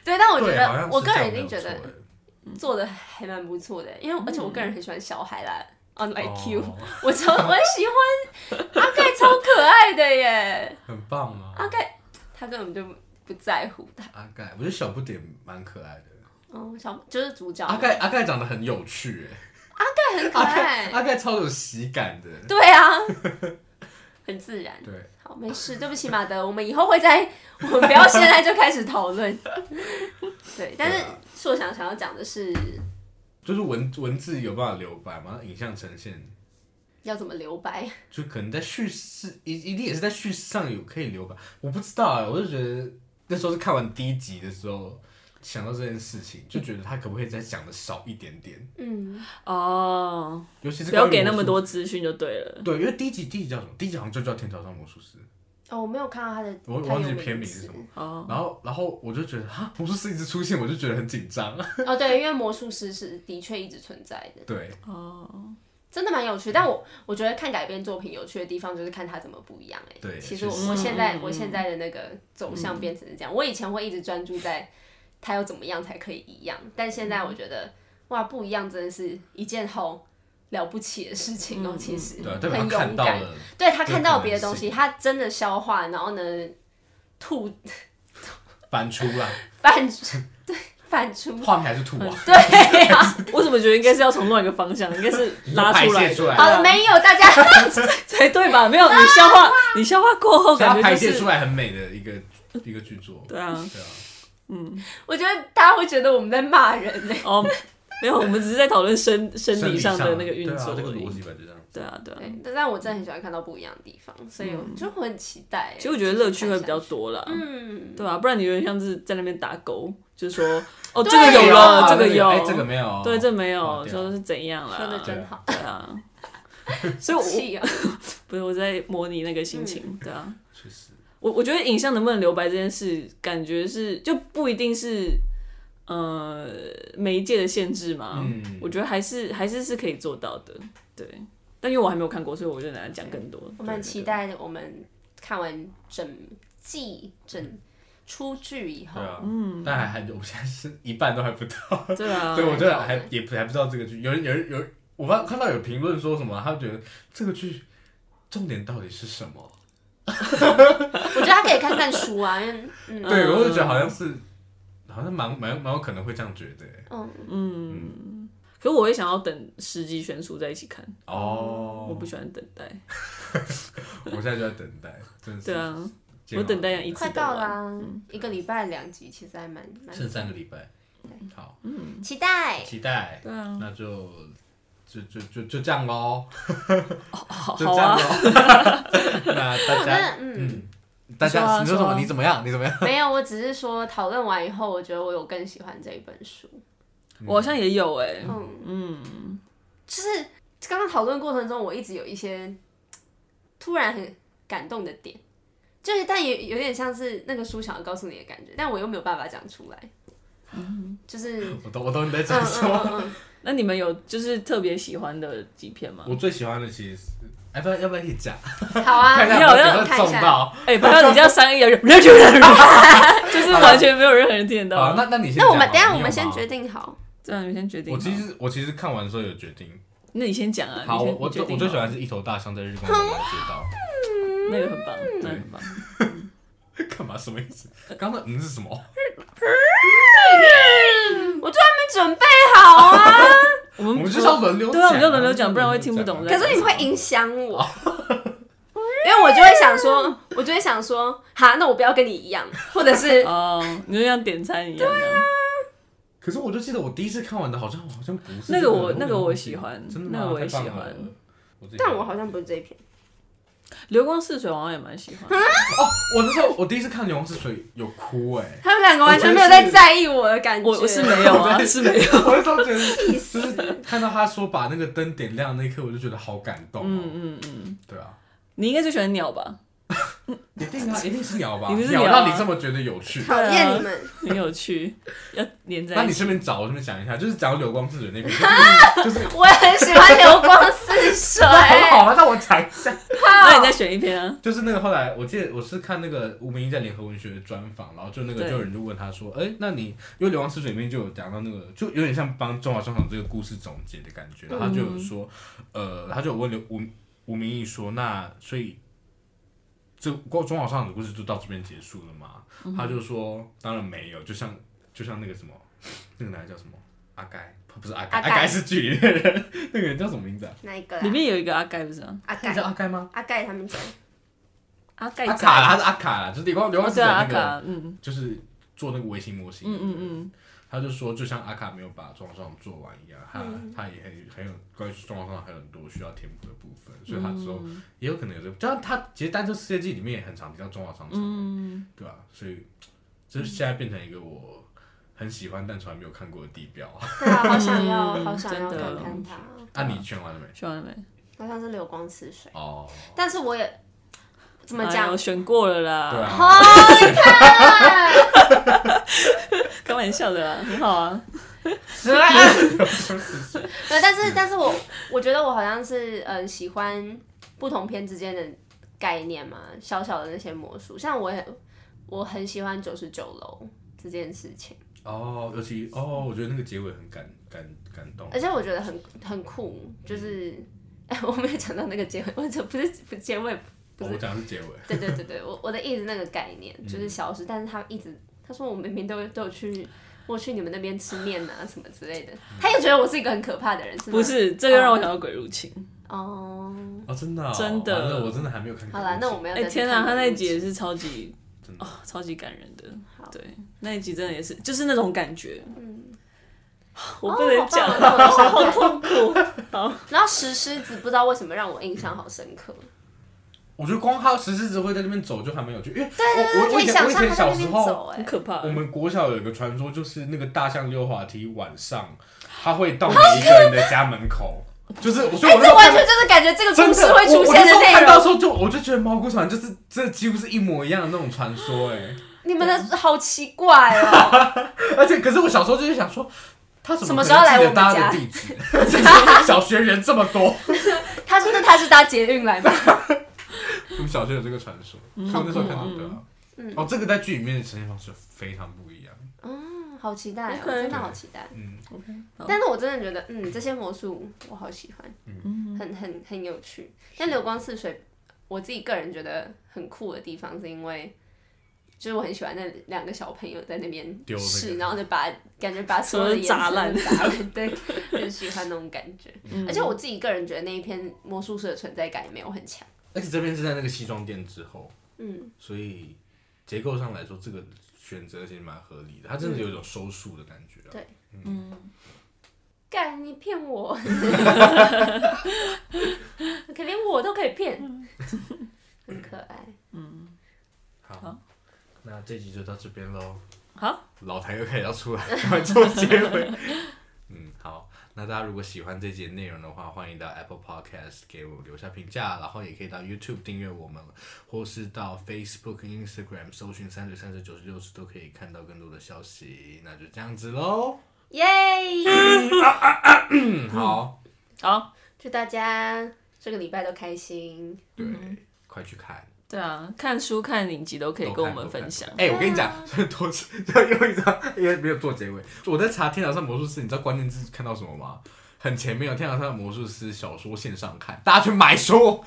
Speaker 1: 对，但我觉
Speaker 2: 对，好像
Speaker 1: 得
Speaker 2: 是
Speaker 1: 我个
Speaker 2: 这样
Speaker 1: 人已
Speaker 2: 没有
Speaker 1: 经觉
Speaker 2: 错哎
Speaker 1: 得
Speaker 2: 欸
Speaker 1: 做的还蛮不错的，因为而且我个人很喜欢小孩啦， unlike you，、
Speaker 2: 哦
Speaker 1: 我超我很喜欢阿盖，超可爱的耶，
Speaker 2: 很棒吗？
Speaker 1: 阿盖他根本就不在乎他，
Speaker 2: 阿盖，我觉得小不点蛮可爱的。
Speaker 1: 哦，小就是主角
Speaker 2: 阿盖阿盖长得很有趣，哎
Speaker 1: 盖很可
Speaker 2: 阿盖
Speaker 1: 爱，
Speaker 2: 阿盖超有喜感的。
Speaker 1: 对啊，很自然。
Speaker 2: 对，
Speaker 1: 好，没事，对不起，马德，我们以后会在，我们不要现在就开始讨论。对，但
Speaker 2: 啊
Speaker 1: 是硕想想要讲的是
Speaker 2: 就是文文字有办法留白嘛，影像呈现
Speaker 1: 要怎么留白，
Speaker 2: 就可能在叙事一一定也是在叙事上有可以留白，我不知道哎、我就觉得那时候是看完第一集的时候想到这件事情，就觉得他可不可以再讲的少一点点，
Speaker 1: 嗯，
Speaker 3: 哦，
Speaker 2: 尤其是
Speaker 3: 不要
Speaker 2: 关于
Speaker 3: 给那
Speaker 2: 魔
Speaker 3: 么
Speaker 2: 术
Speaker 3: 多资讯就对 <laughs> 了。
Speaker 2: 对，因为第一集第一集叫什么？第一集好像就叫《天桥上魔术师》，
Speaker 1: 哦，我没有看到他的，
Speaker 2: 我我
Speaker 1: 他有
Speaker 2: 忘记
Speaker 1: 名
Speaker 2: 片名
Speaker 1: 字
Speaker 2: 是什么。
Speaker 3: 哦，
Speaker 2: 然后然后我就觉得啊，魔术师一直出现，我就觉得很紧张。 <laughs>
Speaker 1: 哦，对，因为魔术师是的确一直存在的，
Speaker 2: 对，
Speaker 3: 哦，
Speaker 1: 真的蛮有趣。但我我觉得看改编作品有趣的地方就是看它怎么不一样、欸。
Speaker 2: 对
Speaker 1: 其实
Speaker 2: 确实
Speaker 1: 我我现在
Speaker 3: 嗯
Speaker 1: 我现在的那个走向变成是这样，我以前会一直专注在它要怎么样才可以一样，但现在我觉得、哇，不一样真的是一件好了不起的事情哦、
Speaker 3: 嗯
Speaker 1: 其实、
Speaker 2: 对啊，代表
Speaker 1: 很
Speaker 2: 他看
Speaker 1: 勇
Speaker 2: 到
Speaker 1: 敢。
Speaker 2: 了，
Speaker 1: 对他看到
Speaker 2: 对
Speaker 1: 别的东西，他真的消化，然后呢
Speaker 2: <laughs>
Speaker 1: 吐 <laughs>
Speaker 2: 反出来，
Speaker 1: 反对反出，
Speaker 2: 画面还是吐啊。
Speaker 1: 对呀、
Speaker 2: <laughs>
Speaker 3: 我怎么觉得应该是要从另外一个方向，应该是拉
Speaker 2: 排
Speaker 3: 出来
Speaker 2: 泄
Speaker 3: 的，
Speaker 2: 出来
Speaker 1: 好了
Speaker 3: 对啊
Speaker 1: 没有大家。 <laughs>
Speaker 3: 才对吧？没有你消化，你消化过后
Speaker 2: 所以
Speaker 3: 感
Speaker 2: 他排
Speaker 3: 觉就
Speaker 2: 泄
Speaker 3: 是
Speaker 2: 出来很美的
Speaker 3: <laughs>
Speaker 2: 一个一个剧作。
Speaker 3: 对啊， <laughs>
Speaker 2: 对啊，
Speaker 1: 我觉得大家会觉得我们在骂人呢、
Speaker 3: 哦，没有，我们只是在讨论生生
Speaker 2: 生
Speaker 3: 理
Speaker 2: 理
Speaker 3: 上的那个运
Speaker 2: 对啊
Speaker 3: 作
Speaker 2: 这个
Speaker 3: 而已
Speaker 2: 逻。辑吧，就这样。
Speaker 3: 对啊，对啊。
Speaker 1: 对，但但我真的很喜欢看到不一样的地方，所以我就会很期待、
Speaker 3: 其实我觉得乐趣会比较多啦，
Speaker 1: 嗯，
Speaker 3: 对啊，不然你有点像是在那边打勾，就是说，哦，这
Speaker 1: 对
Speaker 3: 个有了，
Speaker 2: 啊
Speaker 3: 这个有，
Speaker 2: 哎，这个没有，哦啊
Speaker 3: 对，这没有
Speaker 2: 忘，掉
Speaker 3: 说是怎样啦？
Speaker 1: 说的
Speaker 2: 对
Speaker 1: 真
Speaker 2: 啊
Speaker 1: 好，
Speaker 3: 对啊，所以我
Speaker 1: 气啊！
Speaker 3: 不是我在模拟那个心
Speaker 1: 嗯
Speaker 3: 情，对啊。
Speaker 2: 确实，
Speaker 3: 我我觉得影像能不能留白这件事，感觉是就不一定是呃媒介的限制嘛。
Speaker 2: 嗯
Speaker 3: 我觉得还是还是是可以做到的，对。但因为我还没有看过，所以我就难讲更多。
Speaker 1: 我们很期待我们看完整季整出剧以后
Speaker 2: 对，啊，嗯，但还还我们现在是一半都还不到，
Speaker 3: 对 <laughs> 啊，
Speaker 2: 对，我觉得还也不还不知道这个剧，有人有人有人，我看看到有评论说什么，他觉得这个剧重点到底是什么？
Speaker 1: 我觉得他可以看看书啊，因为嗯
Speaker 2: 对，我就觉得好像是，好像蛮蛮蛮有可能会这样觉得欸。
Speaker 1: 嗯，
Speaker 3: 可是我也想要等十集全书在一起看，
Speaker 2: 哦，
Speaker 3: 我不喜欢等待。
Speaker 2: 我现在就在等待，真的是
Speaker 3: 对啊，
Speaker 2: 煎熬，
Speaker 3: 我等待一次
Speaker 1: 快
Speaker 3: 等完
Speaker 1: 到啊啦、
Speaker 2: 嗯
Speaker 1: 一个礼拜两集，其实还蛮蛮
Speaker 2: 剩三个礼拜，好，
Speaker 1: 期待。
Speaker 2: 期待，
Speaker 3: 对啊，
Speaker 2: 那就就就就就这样喽，
Speaker 3: 好
Speaker 2: 就这
Speaker 3: 好
Speaker 2: 样
Speaker 3: 啊，
Speaker 2: 喽。 <laughs> 那大
Speaker 1: 我真的
Speaker 2: 家，
Speaker 1: 嗯，
Speaker 2: 嗯，大
Speaker 3: 说
Speaker 2: 家
Speaker 3: 啊
Speaker 2: 你说什
Speaker 3: 说
Speaker 2: 么？
Speaker 3: 啊
Speaker 2: 你怎么样？你怎么
Speaker 1: <laughs>
Speaker 2: 样？
Speaker 1: 没有，我只是说讨论完以后，我觉得我有更喜欢这一本书。
Speaker 3: 我好像也有哎、
Speaker 1: 嗯，
Speaker 3: 嗯，
Speaker 1: 就是刚刚讨论过程中，我一直有一些突然很感动的点，就是但也有点像是那个书想要告诉你的感觉，但我又没有办法讲出来。就是
Speaker 2: 我懂，我懂你 <laughs> 在
Speaker 1: 嗯
Speaker 2: 讲什
Speaker 1: 嗯
Speaker 2: 么。
Speaker 1: 嗯嗯，
Speaker 3: 那你们有就是特别喜欢的几片吗？
Speaker 2: 我最喜欢的其实是，哎，不要要不要一起讲？
Speaker 1: 好啊，
Speaker 2: 看一下
Speaker 3: 没有
Speaker 2: 有没有
Speaker 1: 看一
Speaker 2: 中
Speaker 1: 下
Speaker 2: 到。
Speaker 3: 哎、不要你这样三个人，啊
Speaker 2: <laughs>
Speaker 3: 就是完全没有任何人听得
Speaker 2: 好，
Speaker 3: 到。啊
Speaker 2: 那那你先讲
Speaker 1: 那
Speaker 2: 好
Speaker 1: 我
Speaker 2: 了。
Speaker 1: 们等一下我
Speaker 2: 你
Speaker 1: 们
Speaker 2: 有
Speaker 1: 先
Speaker 2: 吗
Speaker 1: 决定好，
Speaker 3: 这样你们先决定。
Speaker 2: 我其，实我其实看完的时候有决定，
Speaker 3: 那你先讲啊。
Speaker 2: 好，
Speaker 3: 你
Speaker 2: 我
Speaker 3: 先
Speaker 2: 我最
Speaker 3: 决定
Speaker 2: 我最喜欢是一头大象在日光中的街道。 <laughs>
Speaker 3: 那个很棒，
Speaker 2: 嗯
Speaker 3: 那个很棒。
Speaker 2: 干嘛？什么意思？刚刚那嗯是
Speaker 3: <laughs>
Speaker 2: 什么？
Speaker 1: 我突然没准备好啊，
Speaker 2: <laughs> 我
Speaker 3: 我们
Speaker 2: 们就是要轮流
Speaker 3: 对啊，我
Speaker 2: 讲
Speaker 3: 们就轮流
Speaker 2: 啊
Speaker 3: 讲，不然会听不懂。啊
Speaker 2: 轮流
Speaker 1: 可是你会影响我，
Speaker 2: 哦
Speaker 1: <laughs> 因为我就会想说，我就会想说，哈，那我不要跟你一样，或者是
Speaker 3: 哦，你就像点餐一样。对啊，
Speaker 2: 可是我就记得我第一次看完的，好像好像不是
Speaker 3: 那个
Speaker 2: 这
Speaker 3: 我
Speaker 2: 有点
Speaker 3: 那个我
Speaker 2: 忘记
Speaker 3: 喜欢
Speaker 2: 真的
Speaker 3: 那
Speaker 2: 吗
Speaker 3: 个我也
Speaker 2: 太棒
Speaker 3: 喜欢
Speaker 2: 了我自己
Speaker 1: 但我好像不是这一篇，
Speaker 3: 流光似水，我好像也蛮喜欢。
Speaker 2: 我那时候我第一次看《牛是水》有哭哎、
Speaker 1: <laughs> 他们两个完全没有在在意我的感觉，
Speaker 3: 我我是没有啊，是没有。
Speaker 2: <laughs> 我那时候觉得
Speaker 1: 气死。
Speaker 2: 看到他说把那个灯点亮那一刻，我就觉得好感动、哦。
Speaker 3: 嗯嗯嗯，
Speaker 2: 对啊，
Speaker 3: 你应该最喜欢鸟吧？
Speaker 2: 一定啊，一定是鸟吧？
Speaker 3: <laughs> 一定是
Speaker 2: 鸟
Speaker 3: 鸟啊
Speaker 2: 让你这么觉得有趣。
Speaker 1: 讨厌你们，
Speaker 3: 很有趣，要连在
Speaker 2: 那
Speaker 3: 一
Speaker 2: 你
Speaker 3: 起。
Speaker 2: 顺便找，我顺便讲一下，就是讲柳光自水那
Speaker 1: <laughs>
Speaker 2: 边，就是就是
Speaker 1: 我也很喜欢流光似水。
Speaker 2: 很好 <laughs> 啊。那我讲一下，
Speaker 3: 那你再选一篇啊。
Speaker 2: 就是那个后来，我记得我是看那个吴明义在联合文学的专访，然后就那个
Speaker 3: 对
Speaker 2: 就有人就问他说，哎、那你因为《流浪之水》里面就有讲到那个，就有点像帮中华商场这个故事总结的感觉，然后他就有说，呃，他就有问刘吴吴明义说，那所以这过中华商场的故事就到这边结束了吗？他就说，当然没有，就像就像那个什么，那个男的叫什么阿该，不是阿该，
Speaker 1: 阿
Speaker 2: 阿
Speaker 1: 该
Speaker 2: 该是剧里面的人， <laughs> 那个人叫什么名字啊？
Speaker 1: 哪一个啦
Speaker 3: 里？面有一个阿盖不是吗？
Speaker 1: 阿
Speaker 2: 你
Speaker 1: 盖
Speaker 2: 知，道阿该吗？
Speaker 1: 阿盖他们讲，
Speaker 3: 阿盖
Speaker 2: 阿
Speaker 3: 仔
Speaker 2: 卡啦，他是阿卡啦，就是流光流
Speaker 3: 哦
Speaker 2: 光之
Speaker 3: 对
Speaker 2: 水
Speaker 3: 啊，阿
Speaker 2: 那个。
Speaker 3: 卡，嗯
Speaker 2: 就是做那个微型模型。
Speaker 3: 嗯嗯嗯，
Speaker 2: 他就说，就像阿卡没有把装潢做完一样，他、
Speaker 3: 嗯
Speaker 2: 他也很很有关于装潢上还有很多需要填补的部分，所以他之后也有可能有这个。就像他其实《单车世界记》里面也很常提到装潢商场，
Speaker 3: 嗯
Speaker 2: 对吧、所以就是现在变成一个我很喜欢但从来没有看过的地标。
Speaker 3: 嗯
Speaker 1: 对啊，好想要，好想要
Speaker 3: 真的
Speaker 1: 看看他。
Speaker 2: 啊，你选完了没？
Speaker 3: 选完了没？
Speaker 1: 好像是流光似水，
Speaker 3: 啊
Speaker 2: 哦，
Speaker 1: 但是我也怎么
Speaker 3: 哎
Speaker 1: 讲
Speaker 3: 呦？选过了
Speaker 2: 对
Speaker 3: 啦，
Speaker 2: 啊，
Speaker 1: 好，啊你看了，
Speaker 3: 开玩笑的啦，很好啊。
Speaker 1: <laughs> 对，但
Speaker 3: 嗯
Speaker 1: 是但是我我觉得我好像是嗯喜欢不同片之间的概念嘛，小小的那些魔术，像我也我很喜欢九十九楼这件事情，
Speaker 2: 哦，尤其哦，我觉得那个结尾很感感感动。
Speaker 1: 而且我觉得很很酷，就是、 <laughs> 哎，我没有讲到那个结尾，我这不是不结尾，不
Speaker 2: 哦
Speaker 1: 是
Speaker 2: 我讲的是结尾。
Speaker 1: 对对对对，我我的意思那个概念就是消失，但是他一直他说我明明都有都有去。我去你们那边吃面啊，什么之类的，他也觉得我是一个很可怕的人，是吗？
Speaker 3: 不是，这个让我想到《鬼入侵》。
Speaker 1: 哦，
Speaker 2: 哦，真的、哦，
Speaker 3: 真的
Speaker 2: 完了我真的还没有看过。
Speaker 1: 好了，那我们要
Speaker 3: 哎
Speaker 1: 再去
Speaker 3: 天
Speaker 1: 看
Speaker 3: 哪，他那一集
Speaker 1: 鬼
Speaker 3: 也
Speaker 1: 屋
Speaker 3: 是超级
Speaker 2: 真的
Speaker 3: 哦，超级感人的
Speaker 1: 好。
Speaker 3: 对，那一集真的也是，就是那种感觉。
Speaker 1: 嗯，
Speaker 3: 我不能讲，
Speaker 1: 哦好棒好棒
Speaker 3: <laughs> 好痛苦。好，
Speaker 1: 然后石狮子不知道为什么让我印象好深刻，
Speaker 2: 我觉得光他十四只会在那边走就还蛮有趣，因为
Speaker 1: 对
Speaker 2: 我我我
Speaker 1: 可以
Speaker 2: 以前
Speaker 1: 想
Speaker 2: 我以
Speaker 1: 象
Speaker 2: 前
Speaker 1: 他在
Speaker 2: 小
Speaker 1: 那
Speaker 2: 时
Speaker 1: 边
Speaker 2: 候，
Speaker 1: 走、
Speaker 3: 很
Speaker 1: 哎，
Speaker 3: 可怕
Speaker 2: 我。们国小有一个传说，就是那个大象溜滑梯晚上，它会到每一个人的家门
Speaker 1: <laughs>
Speaker 2: 口，就是我所以我那时
Speaker 1: 哎这
Speaker 2: 候
Speaker 1: 完
Speaker 2: 看
Speaker 1: 全就是感觉这个
Speaker 2: 真
Speaker 1: 故
Speaker 2: 的
Speaker 1: 事
Speaker 2: 我
Speaker 1: 会出
Speaker 2: 我
Speaker 1: 现
Speaker 2: 那时
Speaker 1: 的
Speaker 2: 候
Speaker 1: 内
Speaker 2: 看到的
Speaker 1: 容。
Speaker 2: 时候就我就觉得毛骨悚然，就是这几乎是一模一样的那种传说哎、
Speaker 1: 你们的好奇怪哦，
Speaker 2: 而且可是我小时候就是想说。他怎
Speaker 1: 什么
Speaker 2: 可
Speaker 1: 时候
Speaker 2: 能记
Speaker 1: 来我
Speaker 2: 得
Speaker 1: 们
Speaker 2: 大家
Speaker 1: 家
Speaker 2: 的地址？ <laughs> 就是小学人这么多，
Speaker 1: 他真的他是搭捷运来吗？
Speaker 2: 我们小学有这个传说，所以我那时候看到的啊。
Speaker 1: 嗯
Speaker 2: 哦，这个在剧里面的呈现方式非常不一样。
Speaker 1: 嗯，好期待、哦，
Speaker 3: OK
Speaker 1: 真的好期待。
Speaker 2: 嗯，
Speaker 3: OK，好
Speaker 1: 但是我真的觉得，嗯，这些魔术我好喜欢，很很很有趣。但流光似水，我自己个人觉得很酷的地方，是因为就是我很喜欢那两个小朋友在那边
Speaker 2: 丢那个
Speaker 1: 试，然后就把感觉把所有的颜色
Speaker 3: 所有的
Speaker 1: 都砸烂，对， <laughs> 很喜欢那种感觉。
Speaker 3: 嗯
Speaker 1: 而且我自己个人觉得那一篇魔术师的存在感也没有很强，
Speaker 2: 而且这边是在那个西装店之后，
Speaker 1: 嗯，
Speaker 2: 所以结构上来说，这个选择其实蛮合理的。它真
Speaker 1: 嗯
Speaker 2: 的有一种收束的感觉、啊。
Speaker 1: 对，干你骗 <laughs> 我，可连我都可以骗，很可爱。
Speaker 2: 好，
Speaker 3: 好
Speaker 2: 那这集就到这边喽。
Speaker 3: 好，
Speaker 2: 老谭又开始要出来 <laughs> 来做结尾。嗯，好，那大家如果喜欢这集的内容的话，欢迎到 Apple Podcast 给我们留下评价，然后也可以到 YouTube 订阅我们，或是到 Facebook、Instagram 搜寻三嘴三嘴九十六十都可以看到更多的消息。那就这样子喽。
Speaker 1: 耶！
Speaker 2: 嗯，好，
Speaker 3: 好，
Speaker 1: 祝大家这个礼拜都开心。
Speaker 2: 对，
Speaker 3: 嗯
Speaker 2: 快去看。
Speaker 3: 对啊，看书看影集都可以
Speaker 2: 都
Speaker 3: 跟我
Speaker 2: 看
Speaker 3: 们
Speaker 2: 都看
Speaker 3: 分享。
Speaker 2: 哎、我跟你讲， <laughs> 多就又一张，因为没有做结尾。我在查《天堂上魔术师》，你知道关键字看到什么吗？很前面有《天堂上的魔术师》小说线上看，大家去买
Speaker 3: <laughs>
Speaker 2: 书。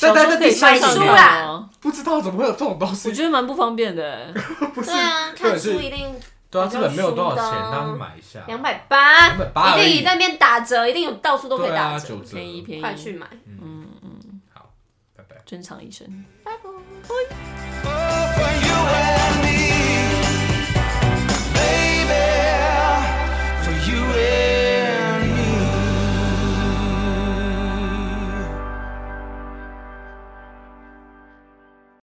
Speaker 2: 但但
Speaker 3: 小
Speaker 2: 但
Speaker 3: 说可以
Speaker 2: 第三
Speaker 1: 买
Speaker 3: 线
Speaker 2: 个
Speaker 3: 上
Speaker 1: 书
Speaker 2: 年
Speaker 3: 看
Speaker 1: 啦
Speaker 3: 哦，
Speaker 2: 不知道怎么会有这种东
Speaker 3: 我
Speaker 2: 西，
Speaker 3: 觉得蛮不方便的。
Speaker 2: 不是
Speaker 1: 对？啊，
Speaker 2: 对
Speaker 1: 看
Speaker 2: 是啊
Speaker 1: 书一定
Speaker 2: 对啊，
Speaker 1: 好
Speaker 2: 这
Speaker 1: 像
Speaker 2: 本没有多少
Speaker 1: 书的
Speaker 2: 钱，
Speaker 1: 哦
Speaker 2: 大家去买一下。
Speaker 1: 两百八，
Speaker 2: 280
Speaker 1: 一
Speaker 2: 而已
Speaker 1: 定那边打折，一定有到处都可以
Speaker 2: 对
Speaker 1: 打
Speaker 2: 啊，
Speaker 1: 折，
Speaker 2: 九嗯折，
Speaker 3: 便宜便宜
Speaker 1: 快去买。
Speaker 2: 好，拜拜。
Speaker 3: 珍藏一生。
Speaker 1: 拜拜。
Speaker 2: 嗯